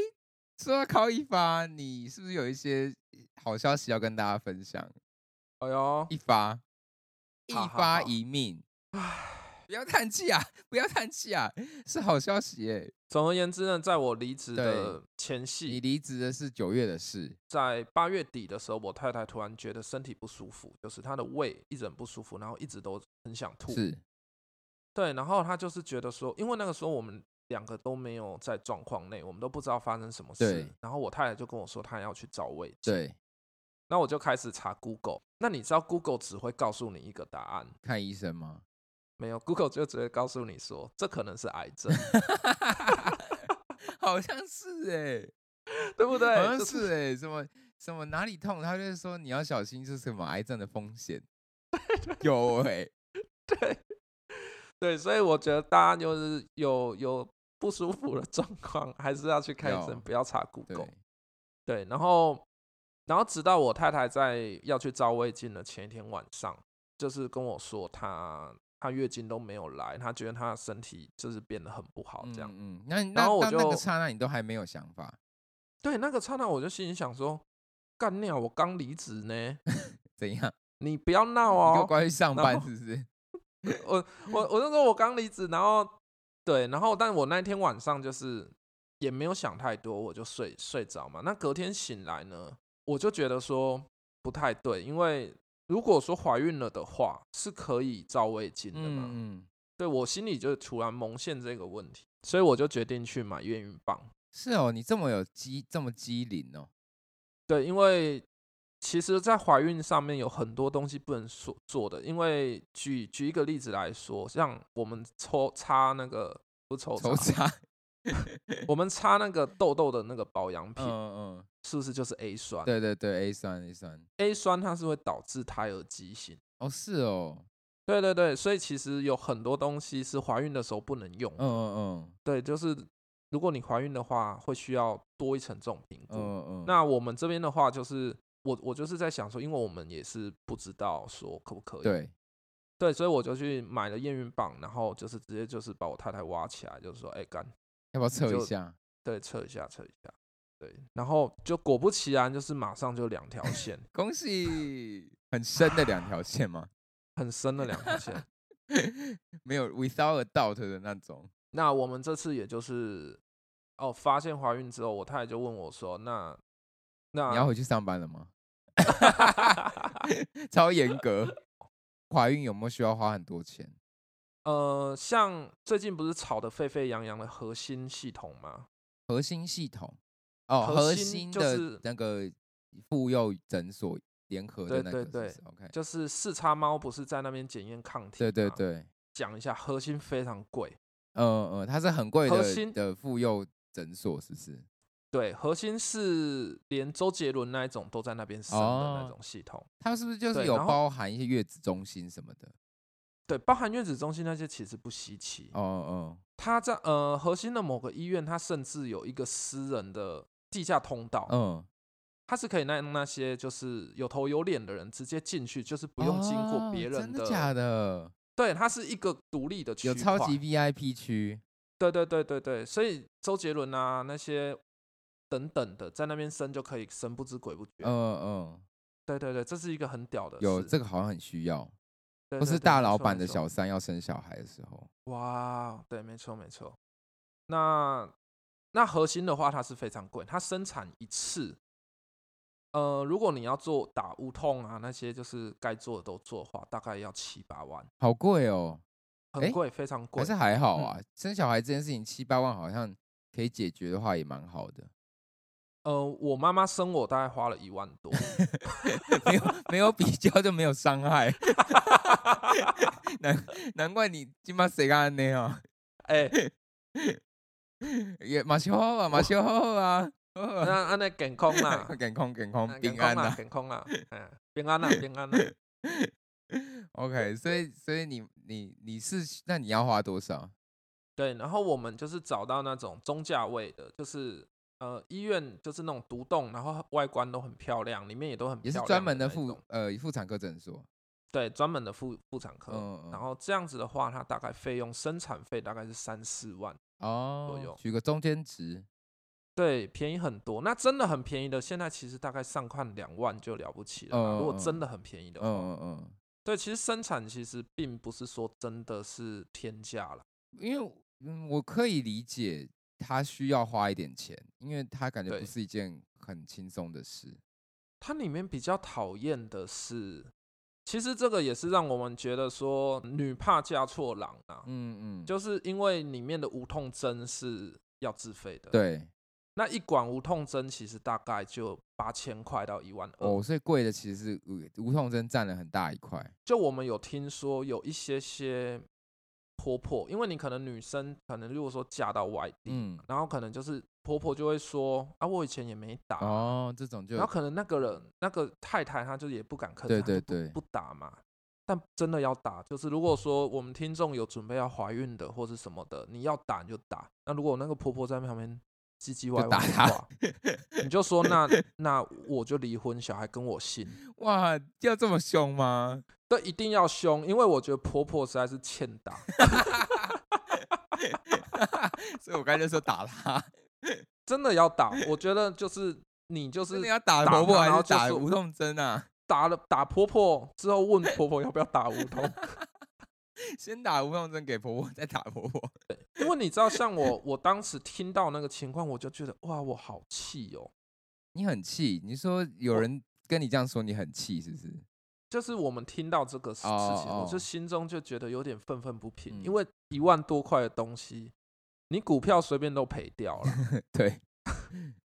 [SPEAKER 1] 说到高一发，你是不是有一些好消息要跟大家分享？
[SPEAKER 2] 哎呦，
[SPEAKER 1] 一发，一
[SPEAKER 2] 好好
[SPEAKER 1] 发
[SPEAKER 2] 好
[SPEAKER 1] 一命，
[SPEAKER 2] 唉
[SPEAKER 1] 不要叹气啊，不要叹气啊，是好消息诶、
[SPEAKER 2] 总而言之呢，在我离职
[SPEAKER 1] 对
[SPEAKER 2] 的前
[SPEAKER 1] 你
[SPEAKER 2] 夕，
[SPEAKER 1] 离职的是九月的事，
[SPEAKER 2] 在八月底的时候，我太太突然觉得身体不舒服，就是她的胃一直很不舒服，然后一直都很想吐。
[SPEAKER 1] 是
[SPEAKER 2] 对，然后她就是觉得说，因为那个时候我们两个都没有在状况内，我们都不知道发生什么事
[SPEAKER 1] 对。
[SPEAKER 2] 然后我太太就跟我说，她要去找位置。
[SPEAKER 1] 对，
[SPEAKER 2] 那我就开始查 Google。那你知道 Google 只会告诉你一个答案，
[SPEAKER 1] 看医生吗？
[SPEAKER 2] 没有 Google 就只会告诉你说这可能是癌 症，
[SPEAKER 1] 好像是哎、
[SPEAKER 2] 对不对？
[SPEAKER 1] 好像
[SPEAKER 2] 就是
[SPEAKER 1] 是哎、什么什么哪里痛，他就是说你要小心，这是什么癌症的风 险。有哎、
[SPEAKER 2] 对，所以我觉得大家就是有有不舒服的状况，还是要去看医
[SPEAKER 1] 要
[SPEAKER 2] 生，不要查
[SPEAKER 1] 对
[SPEAKER 2] Google。对，然后然后直到我太太在要去照胃镜的前一天晚上，就是跟我说她她月经都没有来，她觉得她的身体就是变得很不好这样。
[SPEAKER 1] 嗯，嗯那那
[SPEAKER 2] 后我
[SPEAKER 1] 到那个
[SPEAKER 2] 就
[SPEAKER 1] 刹那你都还没有想法，
[SPEAKER 2] 对，那个刹那我就心里想说，干尿，我刚离职 呢，
[SPEAKER 1] 怎样？
[SPEAKER 2] 你不要闹
[SPEAKER 1] 你给我
[SPEAKER 2] 哦。
[SPEAKER 1] 乖去上
[SPEAKER 2] 然
[SPEAKER 1] 班
[SPEAKER 2] 后
[SPEAKER 1] 是不 是？
[SPEAKER 2] 我我我就说我刚离职，然后对，然后但我那天晚上就是也没有想太多，我就睡睡着嘛。那隔天醒来呢，我就觉得说不太对，因为如果说怀孕了的话，是可以照胃镜的嘛。
[SPEAKER 1] 嗯嗯，
[SPEAKER 2] 对我心里就突然萌现这个问题，所以我就决定去买验孕棒。
[SPEAKER 1] 是哦，你这么有机这么机灵哦，
[SPEAKER 2] 对，因为其实，在怀孕上面有很多东西不能所做的。因为举举一个例子来说，像我们抽插那个不是抽
[SPEAKER 1] 抽
[SPEAKER 2] 插，
[SPEAKER 1] 查，
[SPEAKER 2] 我们擦那个痘痘的那个保养品，
[SPEAKER 1] 嗯嗯，
[SPEAKER 2] 是不是就是 A 酸
[SPEAKER 1] 对对对，A 酸 A 酸，
[SPEAKER 2] ？A 酸它是会导致胎儿畸形。
[SPEAKER 1] 哦是哦，
[SPEAKER 2] 对对对，所以其实有很多东西是怀孕的时候不能用。
[SPEAKER 1] 嗯嗯
[SPEAKER 2] 对，就是如果你怀孕的话，会需要多一层这种评
[SPEAKER 1] 嗯
[SPEAKER 2] 估。
[SPEAKER 1] 嗯嗯，
[SPEAKER 2] 那我们这边的话，就是我我就是在想说，因为我们也是不知道说可不可以，
[SPEAKER 1] 嗯对，
[SPEAKER 2] 对，所以我就去买了验孕棒，然后就是直接就是把我太太挖起来，就是说，哎、干，
[SPEAKER 1] 要不要测一
[SPEAKER 2] 就
[SPEAKER 1] 下？
[SPEAKER 2] 对，测一下，测一下，对，然后就果不其然，就是马上就两条线，
[SPEAKER 1] 恭 喜，很深的两条线吗？
[SPEAKER 2] 很深的两条线。
[SPEAKER 1] 没有 without a doubt 的那种，
[SPEAKER 2] 那我们这次也就是，哦，发现怀孕之后，我太太就问我说，那那
[SPEAKER 1] 你要回去上班了吗？ 超严格。怀孕有没有需要花很多钱？
[SPEAKER 2] 呃，像最近不是吵得沸沸扬扬的核心系统吗？
[SPEAKER 1] 核心系统哦，
[SPEAKER 2] 核
[SPEAKER 1] 核
[SPEAKER 2] 心
[SPEAKER 1] 心
[SPEAKER 2] 就
[SPEAKER 1] 的
[SPEAKER 2] 是
[SPEAKER 1] 那个妇幼诊所联合的那
[SPEAKER 2] 对
[SPEAKER 1] 个是
[SPEAKER 2] 对
[SPEAKER 1] 不
[SPEAKER 2] 对
[SPEAKER 1] 是，OK，
[SPEAKER 2] 就是啊四叉猫不是在那边检验抗体？
[SPEAKER 1] 对对，对，
[SPEAKER 2] 讲一下，核心非常贵。
[SPEAKER 1] 嗯嗯，它是很贵
[SPEAKER 2] 核
[SPEAKER 1] 的
[SPEAKER 2] 心
[SPEAKER 1] 的妇幼诊所，是不是？
[SPEAKER 2] 对，核心是连周杰伦那一种都在那边生的
[SPEAKER 1] 哦
[SPEAKER 2] 那种系统，
[SPEAKER 1] 它是不是就是
[SPEAKER 2] 对
[SPEAKER 1] 有
[SPEAKER 2] 然后
[SPEAKER 1] 包含一些月子中心什么的？
[SPEAKER 2] 对，包含月子中心那些其实不稀奇。
[SPEAKER 1] 哦哦，
[SPEAKER 2] 他在呃核心的某个医院，他甚至有一个私人的地下通道，
[SPEAKER 1] 嗯，
[SPEAKER 2] 他是可以让那些就是有头有脸的人直接进去，就是不用经过
[SPEAKER 1] 哦
[SPEAKER 2] 别人
[SPEAKER 1] 真的假的？
[SPEAKER 2] 对，它是一个独立的区
[SPEAKER 1] 有
[SPEAKER 2] 块，
[SPEAKER 1] 超级 VIP 区，
[SPEAKER 2] 对对对对对，所以周杰伦啊那些等等的，在那边生就可以生不知鬼不觉。
[SPEAKER 1] 嗯嗯，
[SPEAKER 2] 对对对，这呃是一个很屌的事。
[SPEAKER 1] 有这
[SPEAKER 2] 对
[SPEAKER 1] 个好像很需要，
[SPEAKER 2] 对
[SPEAKER 1] 不是
[SPEAKER 2] 对
[SPEAKER 1] 大
[SPEAKER 2] 没
[SPEAKER 1] 老
[SPEAKER 2] 错
[SPEAKER 1] 板
[SPEAKER 2] 没
[SPEAKER 1] 的
[SPEAKER 2] 错
[SPEAKER 1] 小三要生小孩的时候，
[SPEAKER 2] 哇，对，没错没错。那那核心的话，它是非常贵，它生产一次，呃，如果你要做打无痛啊那些，就是该做的都做的话，大概要七八万，
[SPEAKER 1] 好贵哦。诶
[SPEAKER 2] 很贵，非常贵嗯
[SPEAKER 1] 可是。还好啊，生小孩这件事情七八万好像可以解决的话也蛮好 的，
[SPEAKER 2] 呃，我妈妈生我大概花了一万 多，
[SPEAKER 1] 没有没有比较就没有伤害，难难怪你今巴谁干那样啊，
[SPEAKER 2] 哎、
[SPEAKER 1] 也马修好啊，马修好啊，好
[SPEAKER 2] 那
[SPEAKER 1] 啊，
[SPEAKER 2] 那那健康啦
[SPEAKER 1] 健康 健康
[SPEAKER 2] 啊
[SPEAKER 1] 平安
[SPEAKER 2] 啦，
[SPEAKER 1] 啊
[SPEAKER 2] 健康啦，嗯，平安啦，平安啦。
[SPEAKER 1] ，OK，所以所以你你你是那你要花多少？
[SPEAKER 2] 对，然后我们就是找到那种中价位的，就是呃医院就是那种独栋，然后外观都很漂亮，里面也都很
[SPEAKER 1] 也
[SPEAKER 2] 漂
[SPEAKER 1] 是
[SPEAKER 2] 亮
[SPEAKER 1] 专门的
[SPEAKER 2] 的那一
[SPEAKER 1] 妇
[SPEAKER 2] 种
[SPEAKER 1] 呃妇产科诊所，
[SPEAKER 2] 对专门的妇妇产科。
[SPEAKER 1] 嗯嗯
[SPEAKER 2] 然后这样子的话，它大概费用生产费大概是三四万，
[SPEAKER 1] 哦
[SPEAKER 2] 右，
[SPEAKER 1] 取个中间值，
[SPEAKER 2] 对，便宜很多。那真的很便宜的，现在其实大概上看两万就了不起了啦。如果
[SPEAKER 1] 嗯嗯
[SPEAKER 2] 真的很便宜的
[SPEAKER 1] 嗯
[SPEAKER 2] 话，
[SPEAKER 1] 嗯嗯。
[SPEAKER 2] 对，其实生产其实并不是说真的是天价了。
[SPEAKER 1] 因为嗯，我可以理解他需要花一点钱，因为他感觉不
[SPEAKER 2] 对
[SPEAKER 1] 是一件很轻松的事。
[SPEAKER 2] 它里面比较讨厌的是，其实这个也是让我们觉得说女怕嫁错郎啊，
[SPEAKER 1] 嗯嗯，
[SPEAKER 2] 就是因为里面的无痛针是要自费的，，
[SPEAKER 1] 对
[SPEAKER 2] 那一管无痛针其实大概就八千块到一万二，
[SPEAKER 1] 哦，所以贵的其实是无无痛针占了很大一块，
[SPEAKER 2] 就我们有听说有一些些婆婆，因为你可能女生可能如果说嫁到外地，
[SPEAKER 1] 嗯，
[SPEAKER 2] 然后可能就是婆婆就会说啊，我以前也没打，
[SPEAKER 1] 哦，这种就
[SPEAKER 2] 然后可能那个人那个太太她就也不敢吭声，
[SPEAKER 1] 对
[SPEAKER 2] 她
[SPEAKER 1] 对
[SPEAKER 2] 就
[SPEAKER 1] 对
[SPEAKER 2] 不，不打嘛。但真的要打，就是如果说我们听众有准备要怀孕的或是什么的，你要打你就打。那如果那个婆婆在旁边唧唧歪
[SPEAKER 1] 就
[SPEAKER 2] 歪
[SPEAKER 1] 打
[SPEAKER 2] 的
[SPEAKER 1] 她
[SPEAKER 2] 话，你就说 那那我就离婚，小孩跟我姓。
[SPEAKER 1] 哇，要这么凶吗？
[SPEAKER 2] 对，一定要凶，因为我觉得婆婆实在是欠打。
[SPEAKER 1] 所以我刚才就说打他，
[SPEAKER 2] 真的要打，我觉得就是你就
[SPEAKER 1] 真的
[SPEAKER 2] 是
[SPEAKER 1] 要打
[SPEAKER 2] 打
[SPEAKER 1] 婆婆
[SPEAKER 2] 他
[SPEAKER 1] 还
[SPEAKER 2] 然后
[SPEAKER 1] 是
[SPEAKER 2] 就
[SPEAKER 1] 打
[SPEAKER 2] 是
[SPEAKER 1] 无痛针啊？
[SPEAKER 2] 打了打婆婆之后问婆婆要不要打无痛，
[SPEAKER 1] 先打无痛针给婆婆，再打婆婆。
[SPEAKER 2] 因为你知道，像我我当时听到那个情况，我就觉得哇，我好气哦。
[SPEAKER 1] 你很气，你说有
[SPEAKER 2] 我
[SPEAKER 1] 人跟你这样说，你很气是不 是？
[SPEAKER 2] 就是我们听到这个事事情
[SPEAKER 1] 哦
[SPEAKER 2] 我就
[SPEAKER 1] 哦
[SPEAKER 2] 心中就觉得有点愤愤不平，
[SPEAKER 1] 嗯
[SPEAKER 2] 因为一万多块的东西，你股票随便都赔 掉了，
[SPEAKER 1] 对，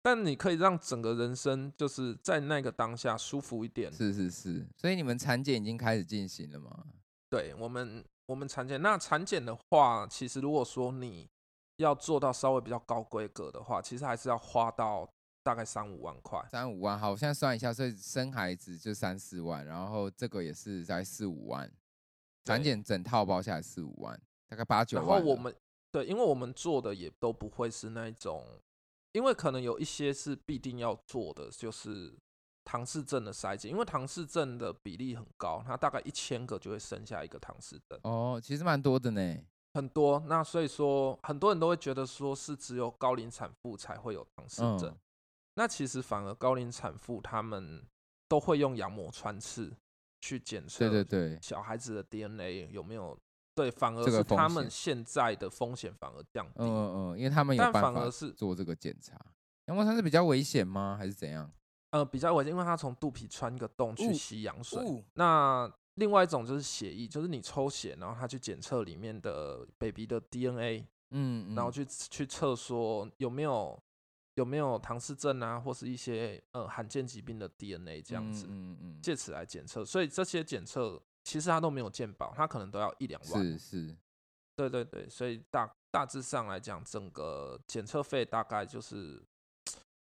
[SPEAKER 2] 但你可以让整个人生就是在那个当下舒服一点。
[SPEAKER 1] 是是是，所以你们产检已经开始进行了吗？
[SPEAKER 2] 对我们，我们产检，那产检的话，其实如果说你要做到稍微比较高规格的话，其实还是要花到大概三五万块。
[SPEAKER 1] 三五万，好，我现在算一下，所以生孩子就三四万，然后这个也是在四五万，产
[SPEAKER 2] 对
[SPEAKER 1] 检整套包下来四五万，大概八九
[SPEAKER 2] 然
[SPEAKER 1] 万
[SPEAKER 2] 后
[SPEAKER 1] 了。
[SPEAKER 2] 我们对，因为我们做的也都不会是那一种，因为可能有一些是必定要做的，就是唐氏症的筛检，因为唐氏症的比例很高，它大概一千个就会生下一个唐氏症，
[SPEAKER 1] 哦，其实蛮多的呢。
[SPEAKER 2] 很多。那所以说，很多人都会觉得说是只有高龄产妇才会有唐氏症，
[SPEAKER 1] 嗯，
[SPEAKER 2] 那其实反而高龄产妇她们都会用羊膜穿刺去检测
[SPEAKER 1] 对对对，
[SPEAKER 2] 小孩子的 DNA 有没有对，反而
[SPEAKER 1] 这个
[SPEAKER 2] 是
[SPEAKER 1] 风
[SPEAKER 2] 他们
[SPEAKER 1] 险
[SPEAKER 2] 现在的风险反而降低，
[SPEAKER 1] 嗯嗯嗯，因为他们有
[SPEAKER 2] 但
[SPEAKER 1] 办
[SPEAKER 2] 反
[SPEAKER 1] 法
[SPEAKER 2] 而是
[SPEAKER 1] 做这个检查。阳光山是比较危险吗？还是怎样？
[SPEAKER 2] 呃比较危险，因为他从肚皮穿一个洞去
[SPEAKER 1] 哦
[SPEAKER 2] 吸羊水。
[SPEAKER 1] 哦
[SPEAKER 2] 那另外一种就是血液，就是你抽血，然后他去检测里面的 baby 的 DNA，
[SPEAKER 1] 嗯，
[SPEAKER 2] 然后
[SPEAKER 1] 嗯
[SPEAKER 2] 去去测说有没有有没有唐氏症啊，或是一些呃罕见疾病的 DNA 这样
[SPEAKER 1] 嗯
[SPEAKER 2] 子。
[SPEAKER 1] 嗯嗯，
[SPEAKER 2] 借此来检测，所以这些检测其实它都没有鉴保，它可能都要一两万。
[SPEAKER 1] 是是，
[SPEAKER 2] 对对对，所以大大致上来讲，整个检测费大概就是，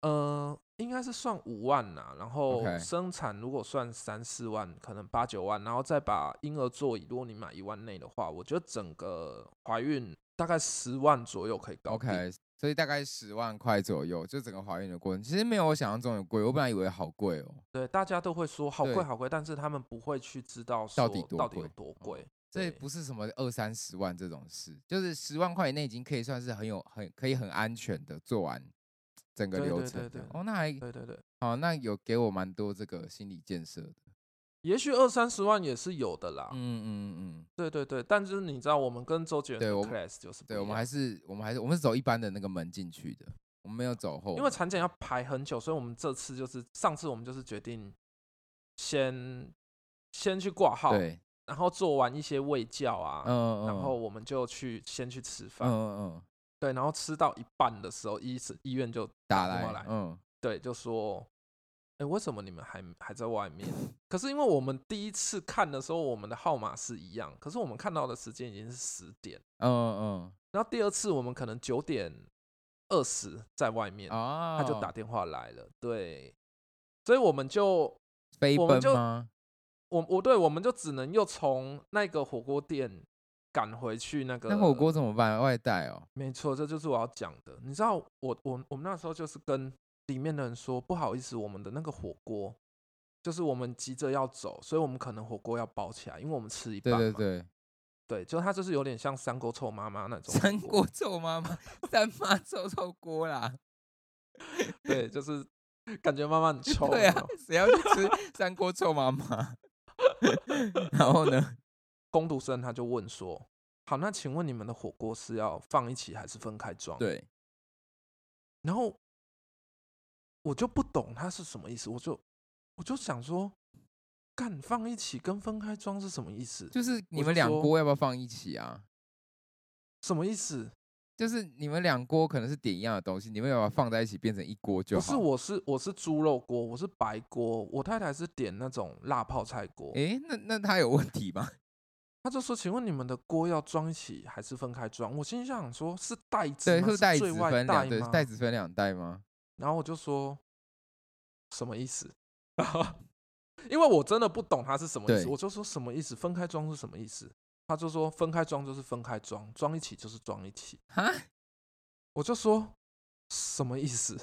[SPEAKER 2] 呃，应该是算五万呐、然后
[SPEAKER 1] OK
[SPEAKER 2] 生产如果算三四万，可能八九万，然后再把婴儿座椅，如果你买一万内的话，我觉得整个怀孕大概十万左右可以搞定。
[SPEAKER 1] OK，所以大概十万块左右，就整个怀孕的过程，其实没有我想象中的贵。我本来以为好贵哦，
[SPEAKER 2] 对，大家都会说好
[SPEAKER 1] 对
[SPEAKER 2] 贵好贵，但是他们不会去知道
[SPEAKER 1] 到
[SPEAKER 2] 说
[SPEAKER 1] 底多
[SPEAKER 2] 到底有
[SPEAKER 1] 贵
[SPEAKER 2] 多贵。
[SPEAKER 1] 这
[SPEAKER 2] 对
[SPEAKER 1] 不是什么二三十万这种事，就是十万块以内已经可以算是很有很可以很安全的做完整个
[SPEAKER 2] 对
[SPEAKER 1] 流
[SPEAKER 2] 对
[SPEAKER 1] 程
[SPEAKER 2] 对
[SPEAKER 1] 这样
[SPEAKER 2] 对
[SPEAKER 1] 哦，那还
[SPEAKER 2] 对对对。
[SPEAKER 1] 好，那有给我蛮多这个心理建设的。
[SPEAKER 2] 也许二三十万也是有的啦，
[SPEAKER 1] 嗯嗯嗯，
[SPEAKER 2] 对对对，但就是你知道，我们跟周杰伦
[SPEAKER 1] 对
[SPEAKER 2] 的
[SPEAKER 1] 我们
[SPEAKER 2] class 就是不一
[SPEAKER 1] 对，我们
[SPEAKER 2] 样
[SPEAKER 1] 还是我们还是我们是走一般的那个门进去的，我们没有走后门，
[SPEAKER 2] 因为产检要排很久，所以我们这次就是上次我们就是决定先先去挂号，
[SPEAKER 1] 对，
[SPEAKER 2] 然后做完一些胃教
[SPEAKER 1] 嗯
[SPEAKER 2] 啊，
[SPEAKER 1] 嗯，
[SPEAKER 2] 然
[SPEAKER 1] 嗯
[SPEAKER 2] 后我们就去先去吃
[SPEAKER 1] 嗯
[SPEAKER 2] 饭，
[SPEAKER 1] 嗯嗯
[SPEAKER 2] 对，然后吃到一半的时候，医生医院就
[SPEAKER 1] 打
[SPEAKER 2] 电话
[SPEAKER 1] 来
[SPEAKER 2] 来，
[SPEAKER 1] 嗯，
[SPEAKER 2] 对就说。哎，为什么你们还还在外面？可是因为我们第一次看的时候，我们的号码是一样，可是我们看到的时间已经是十点。
[SPEAKER 1] 嗯嗯
[SPEAKER 2] 然后第二次我们可能九点二十在外面，
[SPEAKER 1] 嗯，哦，
[SPEAKER 2] 他就打电话来了，对，所以我们就
[SPEAKER 1] 飞
[SPEAKER 2] 我们
[SPEAKER 1] 奔
[SPEAKER 2] 就
[SPEAKER 1] 吗？
[SPEAKER 2] 我我对我们就只能又从那个火锅店赶回去那个
[SPEAKER 1] 那火锅，怎么办？外带哦。
[SPEAKER 2] 没错，这就是我要讲的。你知道我我我们那时候就是跟里面的人说，不好意思，我们的那个火锅。就是我们急着要走，所以我们可能火锅要包起来，因为我们吃一半
[SPEAKER 1] 对
[SPEAKER 2] 嘛。
[SPEAKER 1] 对对，
[SPEAKER 2] 对就它就是有点像三锅臭妈妈那种火锅。
[SPEAKER 1] 三锅臭妈 妈，三妈臭臭锅啦。
[SPEAKER 2] 对，就是感觉妈妈很臭。
[SPEAKER 1] 对
[SPEAKER 2] 有没
[SPEAKER 1] 啊
[SPEAKER 2] 有，
[SPEAKER 1] 谁要去吃三锅臭妈妈？ 然后呢？
[SPEAKER 2] 工读生他就问说：“好，那请问你们的火锅是要放一起还是分开装？”，
[SPEAKER 1] 对，
[SPEAKER 2] 然后我就不懂他是什么意思，我就我就想说，干放一起跟分开装是什么意思？
[SPEAKER 1] 就是你
[SPEAKER 2] 我
[SPEAKER 1] 们
[SPEAKER 2] 就
[SPEAKER 1] 两
[SPEAKER 2] 说
[SPEAKER 1] 锅要不要放一起啊？
[SPEAKER 2] 什么意思？
[SPEAKER 1] 就是你们两锅可能是点一样的东西，你们要不要放在一起变成一锅就
[SPEAKER 2] 不
[SPEAKER 1] 好？
[SPEAKER 2] 是，我是我是猪肉锅，我是白锅，我太太是点那种辣泡菜锅。
[SPEAKER 1] 诶，那那他有问题吗？
[SPEAKER 2] 他就说：“请问你们的锅要装一起还是分开装？”我心想说：“是袋子
[SPEAKER 1] 对，
[SPEAKER 2] 吗？
[SPEAKER 1] 是袋子
[SPEAKER 2] 最外
[SPEAKER 1] 分
[SPEAKER 2] 带
[SPEAKER 1] 两对，
[SPEAKER 2] 吗？”
[SPEAKER 1] 袋子分两袋吗？
[SPEAKER 2] 然后我就说：“什么意思？” 因为我真的不懂他是什么意思，
[SPEAKER 1] 对
[SPEAKER 2] 我就说什么意思？分开装是什么意思？他就说分开装就是分开装，装一起就是装一起。
[SPEAKER 1] 哈，
[SPEAKER 2] 我就说什么意思？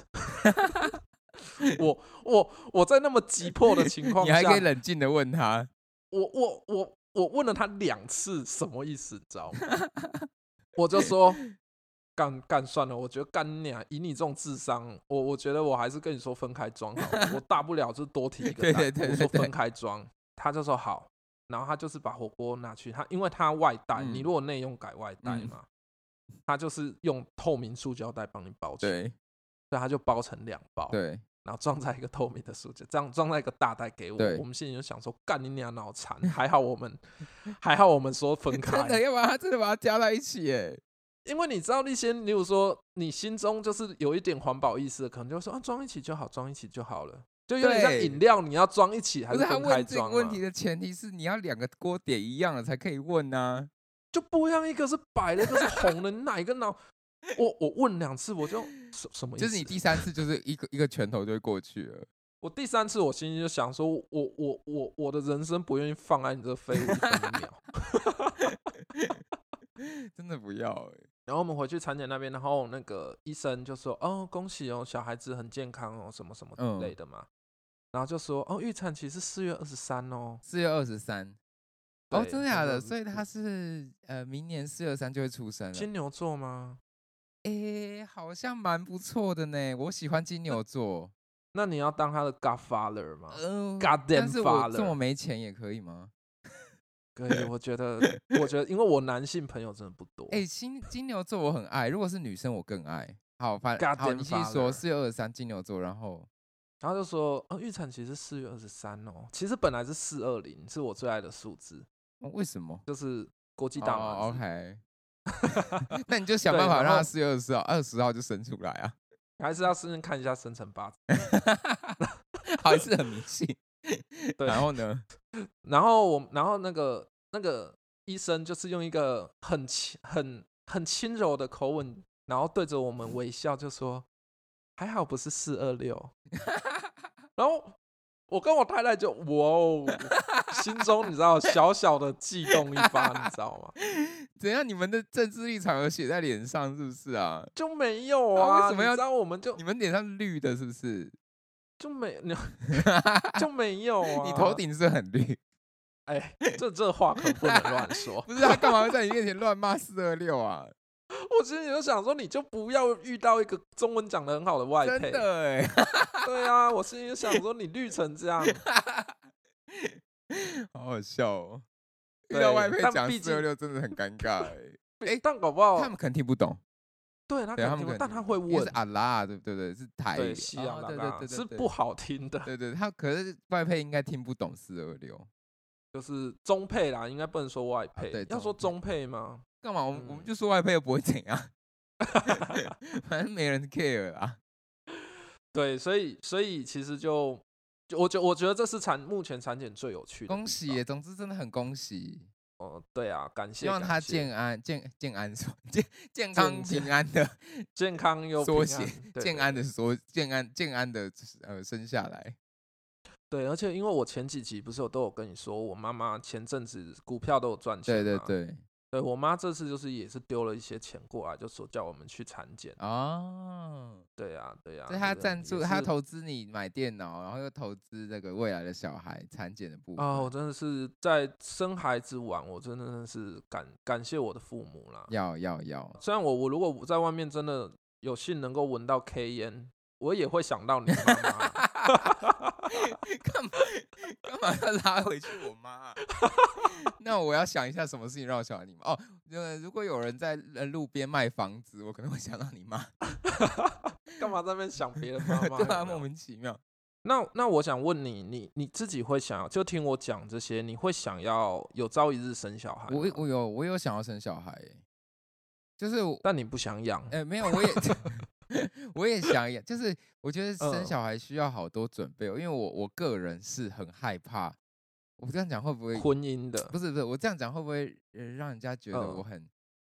[SPEAKER 2] 我我我在那么急迫的情 况
[SPEAKER 1] 你
[SPEAKER 2] 下，
[SPEAKER 1] 还可以冷静的问 他，
[SPEAKER 2] 我我我我问了他两次什么意思，你知道吗？我 就说干干算了，我觉得干你啊，以你这种智商，我我觉得我还是跟你说分开装好了，我大不了就多提一个
[SPEAKER 1] 对
[SPEAKER 2] 蛋，
[SPEAKER 1] 对对
[SPEAKER 2] 我
[SPEAKER 1] 对
[SPEAKER 2] 说
[SPEAKER 1] 对
[SPEAKER 2] 分开装，他就说好，然后他就是把火锅拿去，他因为他外带，你
[SPEAKER 1] 嗯
[SPEAKER 2] 如果内用改外带
[SPEAKER 1] 嗯
[SPEAKER 2] 嘛，他就是用透明塑胶袋帮你包起来，
[SPEAKER 1] 对
[SPEAKER 2] 所以他就包成两包，
[SPEAKER 1] 对，
[SPEAKER 2] 然后装在一个透明的塑胶，这样装在一个大袋给我
[SPEAKER 1] 对。
[SPEAKER 2] 我们心里就想说，干你娘 脑残！还好我们，还好我们说
[SPEAKER 1] 真
[SPEAKER 2] 分
[SPEAKER 1] 的，
[SPEAKER 2] 开，
[SPEAKER 1] 要不然他真的把它加在一起，哎，
[SPEAKER 2] 因为你知道那些，例如说你心中就是有一点环保意识的，可能就说啊，装一起就好，装一起就好了，就有点像
[SPEAKER 1] 对
[SPEAKER 2] 饮料，你要装一起还
[SPEAKER 1] 不是他
[SPEAKER 2] 分开
[SPEAKER 1] 问这个
[SPEAKER 2] 装、啊？
[SPEAKER 1] 问题的前提是你要两个锅点一样的才可以问啊呐、
[SPEAKER 2] 就不一样，一个是白的，一个是红的，哪一个脑？我我问两次，我就什什么意思？
[SPEAKER 1] 就
[SPEAKER 2] 啊
[SPEAKER 1] 是你第三次就是一个一个拳头就会过去了，
[SPEAKER 2] 我第三次，我心里就想说，我我我我的人生不愿意放在你这废物一分 一秒。
[SPEAKER 1] 真的不要哎、
[SPEAKER 2] 然后我们回去产检那边，然后那个医生就说：“哦，恭喜哦，小孩子很健康哦，什么什么之
[SPEAKER 1] 嗯
[SPEAKER 2] 类的嘛。然后就说：“哦，预产期是四月二十三哦。
[SPEAKER 1] 四月二十三。哦，
[SPEAKER 2] 对
[SPEAKER 1] 真的假的？
[SPEAKER 2] 24
[SPEAKER 1] 所以他是呃，明年四月三就会出生了。
[SPEAKER 2] 金牛座吗？
[SPEAKER 1] 诶、好像蛮不错的呢。我喜欢金牛 座。
[SPEAKER 2] 那你要当他的 godfather 吗？
[SPEAKER 1] 嗯、
[SPEAKER 2] God
[SPEAKER 1] 但是我
[SPEAKER 2] damn
[SPEAKER 1] 这么没钱也可以吗？
[SPEAKER 2] 可以，我觉得，我觉得，因为我男性朋友真的不多。
[SPEAKER 1] 诶、金金牛座我很爱，如果是女生我更爱。好，反
[SPEAKER 2] God
[SPEAKER 1] 好，你继续说
[SPEAKER 2] damn father
[SPEAKER 1] 四月二十三金牛座，然后
[SPEAKER 2] 然后就说：哦，预产期是四月二十三哦。其实本来是四二零，是我最爱的数字，
[SPEAKER 1] 哦为什么？
[SPEAKER 2] 就是国际大麻
[SPEAKER 1] 哦
[SPEAKER 2] 日。
[SPEAKER 1] ，OK。那你就想办
[SPEAKER 2] 对
[SPEAKER 1] 法
[SPEAKER 2] 然
[SPEAKER 1] 让
[SPEAKER 2] 后
[SPEAKER 1] 他四月二十号、二十号就生出来啊，
[SPEAKER 2] 还是要先看一下生辰八字。
[SPEAKER 1] 还是很迷信。
[SPEAKER 2] 对
[SPEAKER 1] 然后呢？
[SPEAKER 2] 然后我，然后那个那个医生就是用一个很轻、很很轻柔的口吻，然后对着我
[SPEAKER 1] 嗯
[SPEAKER 2] 们微笑，就说：“还好不是四 二六。”然后我跟我太太就哇哦，心中你知道小小的悸动一发，你知道吗？
[SPEAKER 1] 怎样？你们的政治立场有写在脸上是不是啊？
[SPEAKER 2] 就没有
[SPEAKER 1] 啊为
[SPEAKER 2] 啊，
[SPEAKER 1] 什么要
[SPEAKER 2] 你知道我们就
[SPEAKER 1] 你们脸上是绿的，是不是？
[SPEAKER 2] 就没你就没有啊，
[SPEAKER 1] 你头顶是很绿，
[SPEAKER 2] 哎，这这话可不能乱 说。
[SPEAKER 1] 不是他干嘛会在你面前乱骂四二六啊？
[SPEAKER 2] 我其实就想说，你就不要遇到一个中文讲的很好的外
[SPEAKER 1] 真
[SPEAKER 2] 配，
[SPEAKER 1] 的哎、
[SPEAKER 2] 对啊，我心里就想说你绿成这样，
[SPEAKER 1] 好好笑哦！遇
[SPEAKER 2] 对
[SPEAKER 1] 到外配
[SPEAKER 2] 但
[SPEAKER 1] 讲
[SPEAKER 2] 毕
[SPEAKER 1] 四
[SPEAKER 2] 竟哦
[SPEAKER 1] 二六真的很尴尬哎、哎
[SPEAKER 2] 但搞不好
[SPEAKER 1] 他们可能听不懂，
[SPEAKER 2] 对他
[SPEAKER 1] 对
[SPEAKER 2] 肯
[SPEAKER 1] 他们
[SPEAKER 2] 定会
[SPEAKER 1] 可能
[SPEAKER 2] 但他会
[SPEAKER 1] 因为是
[SPEAKER 2] 问，
[SPEAKER 1] 阿拉，啊对不对？对，是台语
[SPEAKER 2] 对，啊西洋
[SPEAKER 1] 哦
[SPEAKER 2] 啦
[SPEAKER 1] 对
[SPEAKER 2] 啦
[SPEAKER 1] 对对对
[SPEAKER 2] 是
[SPEAKER 1] 对
[SPEAKER 2] 不好听的，
[SPEAKER 1] 对对，他可是外配应该听不懂四二六，
[SPEAKER 2] 就是中配啦，应该不能说外
[SPEAKER 1] 啊对
[SPEAKER 2] 配，要说
[SPEAKER 1] 中
[SPEAKER 2] 中配吗？
[SPEAKER 1] 干嘛？我们我们
[SPEAKER 2] 嗯
[SPEAKER 1] 就说外配又不会怎样， 反正没人 care 啊。
[SPEAKER 2] 对，所以所以其实就就我觉我觉得这是产目前产检最有趣的地方，
[SPEAKER 1] 恭喜耶！总之真的很恭喜，
[SPEAKER 2] 哦，对啊，感谢，
[SPEAKER 1] 希望
[SPEAKER 2] 感
[SPEAKER 1] 他
[SPEAKER 2] 谢
[SPEAKER 1] 健安健健安说健健康
[SPEAKER 2] 健
[SPEAKER 1] 平安的
[SPEAKER 2] 健康又
[SPEAKER 1] 缩
[SPEAKER 2] 平安
[SPEAKER 1] 写
[SPEAKER 2] 对
[SPEAKER 1] 健
[SPEAKER 2] 对
[SPEAKER 1] 安的说健安健安的呃生下来，
[SPEAKER 2] 对，而且因为我前几集不是有都有跟你说，我妈妈前阵子股票都有赚钱
[SPEAKER 1] 对
[SPEAKER 2] 嘛，
[SPEAKER 1] 对对
[SPEAKER 2] 对我妈这次就是也是丢了一些钱过来，就说叫我们去产检。
[SPEAKER 1] 哦，
[SPEAKER 2] 对呀、对呀、
[SPEAKER 1] 所以他
[SPEAKER 2] 对
[SPEAKER 1] 赞
[SPEAKER 2] 也
[SPEAKER 1] 助他
[SPEAKER 2] 啊是
[SPEAKER 1] 投资你买电脑，然后又投资那个未来的小孩产检的部分。
[SPEAKER 2] 啊，我真的是在生孩子晚，我真的是感感谢我的父母啦。
[SPEAKER 1] 要要要，
[SPEAKER 2] 虽然我我如果我在外面真的有幸能够闻到 K 烟，我也会想到你妈妈。
[SPEAKER 1] 干嘛干嘛要拉回去我妈啊、 那我要想一下什么事情让我想到你妈哦。呃，如果有人在呃路边卖房子，我可能会想到你妈，
[SPEAKER 2] 干嘛在那边想别人妈妈有
[SPEAKER 1] 对啊
[SPEAKER 2] 没有？
[SPEAKER 1] 啊，莫名其妙。
[SPEAKER 2] 那那我想问你，你你自己会想要就听我讲这些，你会想要有朝一日生小孩吗？啊
[SPEAKER 1] 我我有我有想要生小孩欸、就是我
[SPEAKER 2] 但你不想养，
[SPEAKER 1] 呃没有，我 也我也想养，就是我觉得生
[SPEAKER 2] 嗯
[SPEAKER 1] 小孩需要好多准备、哦，因为我我个人是很害怕，我这样讲会不会
[SPEAKER 2] 婚姻的，
[SPEAKER 1] 不是不是，我这样讲会不会呃让人家觉得
[SPEAKER 2] 嗯
[SPEAKER 1] 我很、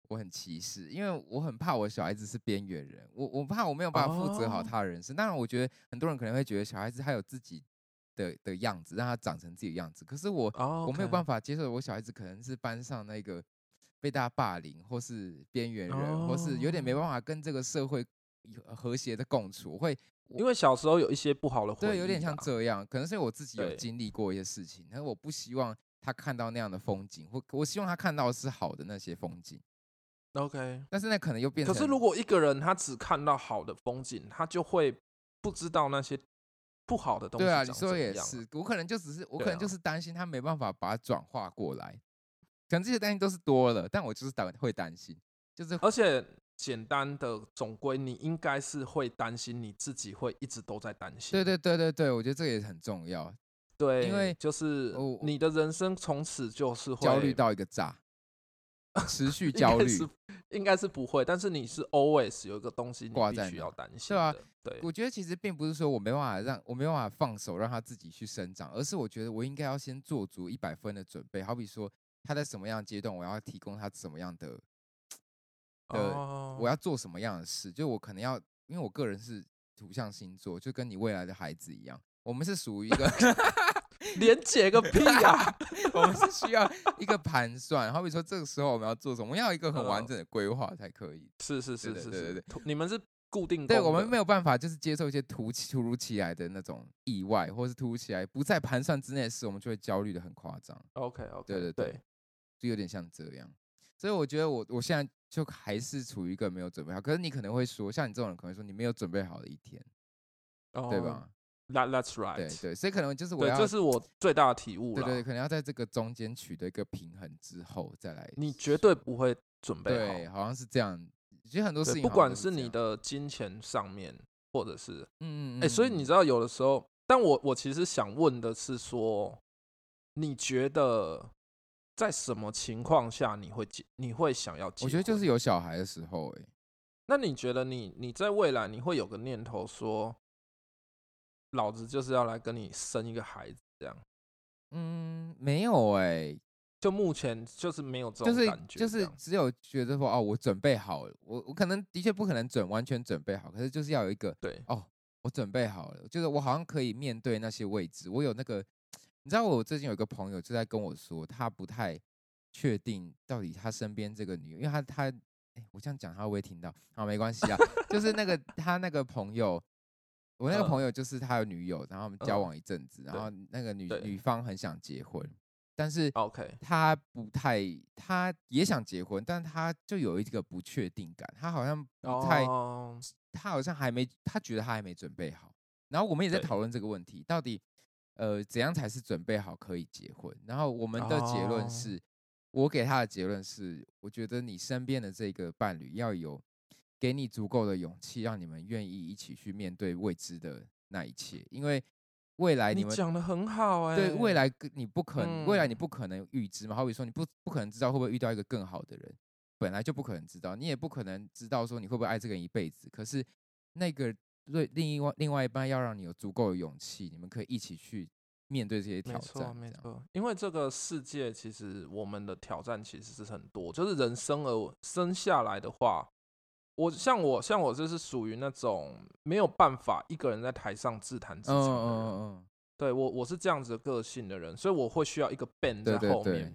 [SPEAKER 1] 我很歧视？因为我很怕我小孩子是边缘人，我我怕我没有办法负责好
[SPEAKER 2] 哦
[SPEAKER 1] 他的人生。当然，我觉得很多人可能会觉得小孩子他有自己的的样子，让他长成自己的样子。可是我、
[SPEAKER 2] 哦，
[SPEAKER 1] 我没有办
[SPEAKER 2] 法，
[SPEAKER 1] 法接受我小孩子可能是班上那个被大家霸凌，或是边缘人，或是有点没
[SPEAKER 2] 哦
[SPEAKER 1] 办法跟这个社会有呃和谐的共处，我会
[SPEAKER 2] 因为小时候有一些不好的回忆吧，啊
[SPEAKER 1] 对，有点像这样，可能是因为我自己有
[SPEAKER 2] 对
[SPEAKER 1] 经历过一些事情，但是我不希望他看到那样的风景，或我希望他看到的是好的那些风景，
[SPEAKER 2] OK。
[SPEAKER 1] 但是那可能又变
[SPEAKER 2] 可
[SPEAKER 1] 成，
[SPEAKER 2] 是如果一个人他只看到好的风景，他就会不知道那些不好的东西
[SPEAKER 1] 对啊，
[SPEAKER 2] 长
[SPEAKER 1] 你
[SPEAKER 2] 怎
[SPEAKER 1] 说
[SPEAKER 2] 么
[SPEAKER 1] 的也
[SPEAKER 2] 样啊
[SPEAKER 1] 是，我可能就只是我
[SPEAKER 2] 对
[SPEAKER 1] 可能就
[SPEAKER 2] 啊
[SPEAKER 1] 是担心他没办法把它转化过来，可能这些担心都是多了，但我就是担会担心，就是
[SPEAKER 2] 而且简单的总归，你应该是会担心你自己会一直都在担心。
[SPEAKER 1] 对对对对对，我觉得这个也很重要，
[SPEAKER 2] 对，
[SPEAKER 1] 因为
[SPEAKER 2] 就是
[SPEAKER 1] 我
[SPEAKER 2] 你的人生从此就是会
[SPEAKER 1] 焦虑，到一个炸，持续
[SPEAKER 2] 应
[SPEAKER 1] 焦
[SPEAKER 2] 该
[SPEAKER 1] 虑，
[SPEAKER 2] 是应该是不会，但是你是 always 有一个东西你
[SPEAKER 1] 挂
[SPEAKER 2] 必
[SPEAKER 1] 在
[SPEAKER 2] 须
[SPEAKER 1] 那
[SPEAKER 2] 要担心
[SPEAKER 1] 对啊
[SPEAKER 2] 的。对，
[SPEAKER 1] 我觉得其实并不是说我没办法让我没办法放手让他自己去生长，而是我觉得我应该要先做足一百分的准备。好比说他在什么样的阶段，我要提供他什么样的，的
[SPEAKER 2] 哦
[SPEAKER 1] 我要做什么样的事，就我可能要，因为我个人是土象星座，就跟你未来的孩子一样，我们是属于一个，
[SPEAKER 2] 连解个屁 呀、
[SPEAKER 1] 我们是需要一个盘算。好比说这个时候我们要做什么，我们要有一个很完
[SPEAKER 2] 嗯
[SPEAKER 1] 整的规划才可以。
[SPEAKER 2] 是是是
[SPEAKER 1] 对
[SPEAKER 2] 是
[SPEAKER 1] 对对
[SPEAKER 2] 是
[SPEAKER 1] 对，
[SPEAKER 2] 你们是固定
[SPEAKER 1] 对
[SPEAKER 2] 工
[SPEAKER 1] 我们
[SPEAKER 2] 的
[SPEAKER 1] 没有办法，就是接受一些突起突如其来的那种意外，或是突如其来不在盘算之内的事，我们就会焦虑的很夸张，
[SPEAKER 2] OK OK
[SPEAKER 1] 对对
[SPEAKER 2] 对
[SPEAKER 1] 对就有点像这样。所以我觉得我我现在就还是处于一个没有准备好，可是你可能会说，像你这种人可能会说你没有准备好的一天，对？
[SPEAKER 2] 哦
[SPEAKER 1] 吧？
[SPEAKER 2] That That's right，
[SPEAKER 1] 对对，所以可能就是我
[SPEAKER 2] 对
[SPEAKER 1] 要
[SPEAKER 2] 这是我最大的体悟
[SPEAKER 1] 对
[SPEAKER 2] 了。
[SPEAKER 1] 对，可能要在这个中间取得一个平衡之后再来。
[SPEAKER 2] 你绝对不会准备好
[SPEAKER 1] 对，，好像是这样。其实很多事
[SPEAKER 2] 对，
[SPEAKER 1] 情
[SPEAKER 2] 不
[SPEAKER 1] 好像
[SPEAKER 2] 管
[SPEAKER 1] 都
[SPEAKER 2] 是
[SPEAKER 1] 这
[SPEAKER 2] 你
[SPEAKER 1] 样，
[SPEAKER 2] 的金钱上面，或者是
[SPEAKER 1] 嗯嗯，
[SPEAKER 2] 哎、所以
[SPEAKER 1] 嗯
[SPEAKER 2] 你知道，有的时候，但我我其实想问的是说，你觉得在什么情况下你会结，你会想要结
[SPEAKER 1] 我觉得就是
[SPEAKER 2] 有。
[SPEAKER 1] 有小孩的时候、欸，
[SPEAKER 2] 那你觉得你你在未来你会有个念头说，老子就是要来跟你生一个孩子，这样？
[SPEAKER 1] 嗯，没有哎、
[SPEAKER 2] 就目前就是没有这
[SPEAKER 1] 就
[SPEAKER 2] 种
[SPEAKER 1] 是
[SPEAKER 2] 感觉，
[SPEAKER 1] 就
[SPEAKER 2] 这
[SPEAKER 1] 是
[SPEAKER 2] 样
[SPEAKER 1] 只有觉得说哦，我准备好了，我我可能的确不可能准完全准备好，可是就是要有一个
[SPEAKER 2] 对，
[SPEAKER 1] 哦，我准备好了，就是我好像可以面对那些未知，我有那个，你知道我最近有一个朋友就在跟我说，他不太确定到底他身边这个女，因为他他，哎，我这样讲他会不会听到？好，没关系啊，就是那个他那个朋友。我那个
[SPEAKER 2] 嗯
[SPEAKER 1] 朋友就是他有女友，然后我们交
[SPEAKER 2] 嗯
[SPEAKER 1] 往一阵子，然
[SPEAKER 2] 对
[SPEAKER 1] 后那个女
[SPEAKER 2] 对
[SPEAKER 1] 女方很想结婚，但是
[SPEAKER 2] OK，
[SPEAKER 1] 他不太，他也想结婚，但他就有一个不确定感，他好像不太，
[SPEAKER 2] 哦，
[SPEAKER 1] 他好像还没，他觉得他还没准备好。然后我们也在
[SPEAKER 2] 对
[SPEAKER 1] 讨论这个问题，到底呃怎样才是准备好可以结婚？然后我们的结论
[SPEAKER 2] 哦
[SPEAKER 1] 是，我给他的结论是，我觉得你身边的这个伴侣要有给你足够的勇气，让你们愿意一起去面对未知的那一切，因为未来
[SPEAKER 2] 你
[SPEAKER 1] 们
[SPEAKER 2] 讲的很好哎、
[SPEAKER 1] 对未来跟你不可能，未来你
[SPEAKER 2] 嗯
[SPEAKER 1] 不可能预知嘛。好比说，你不不可能知道会不会遇到一个更好的人，本来就不可能知道，你也不可能知道说你会不会爱这个人一辈子。可是那个对另外另外一半要让你有足够的勇气，你们可以一起去面对这些挑
[SPEAKER 2] 没
[SPEAKER 1] 战。
[SPEAKER 2] 错，没
[SPEAKER 1] 这样，
[SPEAKER 2] 错，因为这个世界其实我们的挑战其实是很多，就是人生而生下来的话，我像我像我就是属于那种没有办法一个人在台上自弹自
[SPEAKER 1] 嗯
[SPEAKER 2] 唱
[SPEAKER 1] 嗯
[SPEAKER 2] 的人，
[SPEAKER 1] 嗯
[SPEAKER 2] 对我我是这样子的个性的人，所以我会需要一个 band
[SPEAKER 1] 对
[SPEAKER 2] 在
[SPEAKER 1] 对
[SPEAKER 2] 后面。
[SPEAKER 1] 对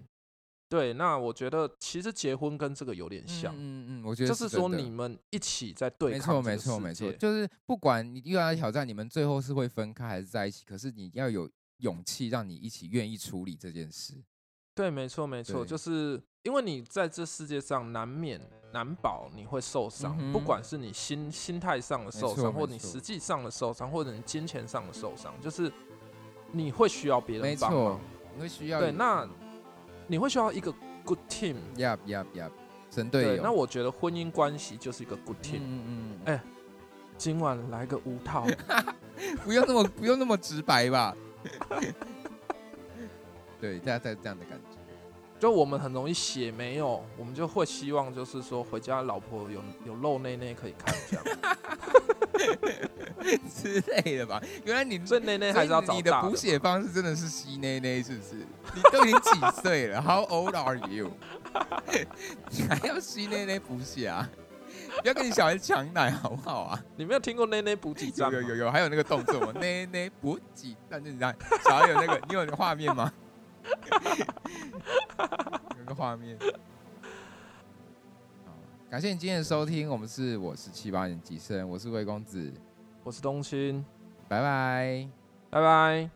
[SPEAKER 2] 对那我觉得其实结婚跟这个有点
[SPEAKER 1] 嗯，
[SPEAKER 2] 像，
[SPEAKER 1] 嗯嗯嗯，我觉得
[SPEAKER 2] 就是说
[SPEAKER 1] 真的
[SPEAKER 2] 你们一起在
[SPEAKER 1] 没
[SPEAKER 2] 对
[SPEAKER 1] 错
[SPEAKER 2] 抗这
[SPEAKER 1] 没
[SPEAKER 2] 个世界。
[SPEAKER 1] 错没错，就是不管你遇到的挑战，你们最后是会分开还是在一起，可是你要有勇气，让你一起愿意处理这件事。
[SPEAKER 2] 对，没错，没错，
[SPEAKER 1] 对
[SPEAKER 2] 就是因为你在这世界上难免难保你会受伤，
[SPEAKER 1] 嗯
[SPEAKER 2] 不
[SPEAKER 1] 哼
[SPEAKER 2] 管是你心心态上的
[SPEAKER 1] 没
[SPEAKER 2] 受
[SPEAKER 1] 错
[SPEAKER 2] 伤，或
[SPEAKER 1] 没
[SPEAKER 2] 你
[SPEAKER 1] 错
[SPEAKER 2] 实际上的受伤，或者你金钱上的受伤，就是你会需要别
[SPEAKER 1] 没
[SPEAKER 2] 人帮
[SPEAKER 1] 错
[SPEAKER 2] 忙。，
[SPEAKER 1] 你会需要
[SPEAKER 2] 哦对，
[SPEAKER 1] 有
[SPEAKER 2] 那你会需要一个 good team。
[SPEAKER 1] Yup, yup, yup，神队友。
[SPEAKER 2] 那我觉得婚姻关系就是一个 good
[SPEAKER 1] 嗯
[SPEAKER 2] team。
[SPEAKER 1] 嗯嗯，
[SPEAKER 2] 哎今晚来个五 套，
[SPEAKER 1] 不用那么不用那么直白吧？ 对，大家在这样的感觉，
[SPEAKER 2] 就我们很容易写没有，我们就会希望就是说回家老婆有有露内内可以看这样，
[SPEAKER 1] 之类 的吧。原来你
[SPEAKER 2] 所以内内还是要
[SPEAKER 1] 所以
[SPEAKER 2] 找
[SPEAKER 1] 你的
[SPEAKER 2] 大
[SPEAKER 1] 补
[SPEAKER 2] 的。
[SPEAKER 1] 血方式真的是吸内内，是不是？你都已经几岁 了？How old are you？你还要吸内内补血啊？不要跟你小孩抢奶好不好啊？
[SPEAKER 2] 你没有听过内内补给
[SPEAKER 1] 有
[SPEAKER 2] 站吗
[SPEAKER 1] 有？有有，还有那个动作嘛，内内补给，但是你知道小孩有那个， 你有画面吗？有个画面。好感谢你今天的收听，我们是我是七八年级生，我是魏公子，
[SPEAKER 2] 我是冬青，
[SPEAKER 1] 拜拜。
[SPEAKER 2] 拜拜。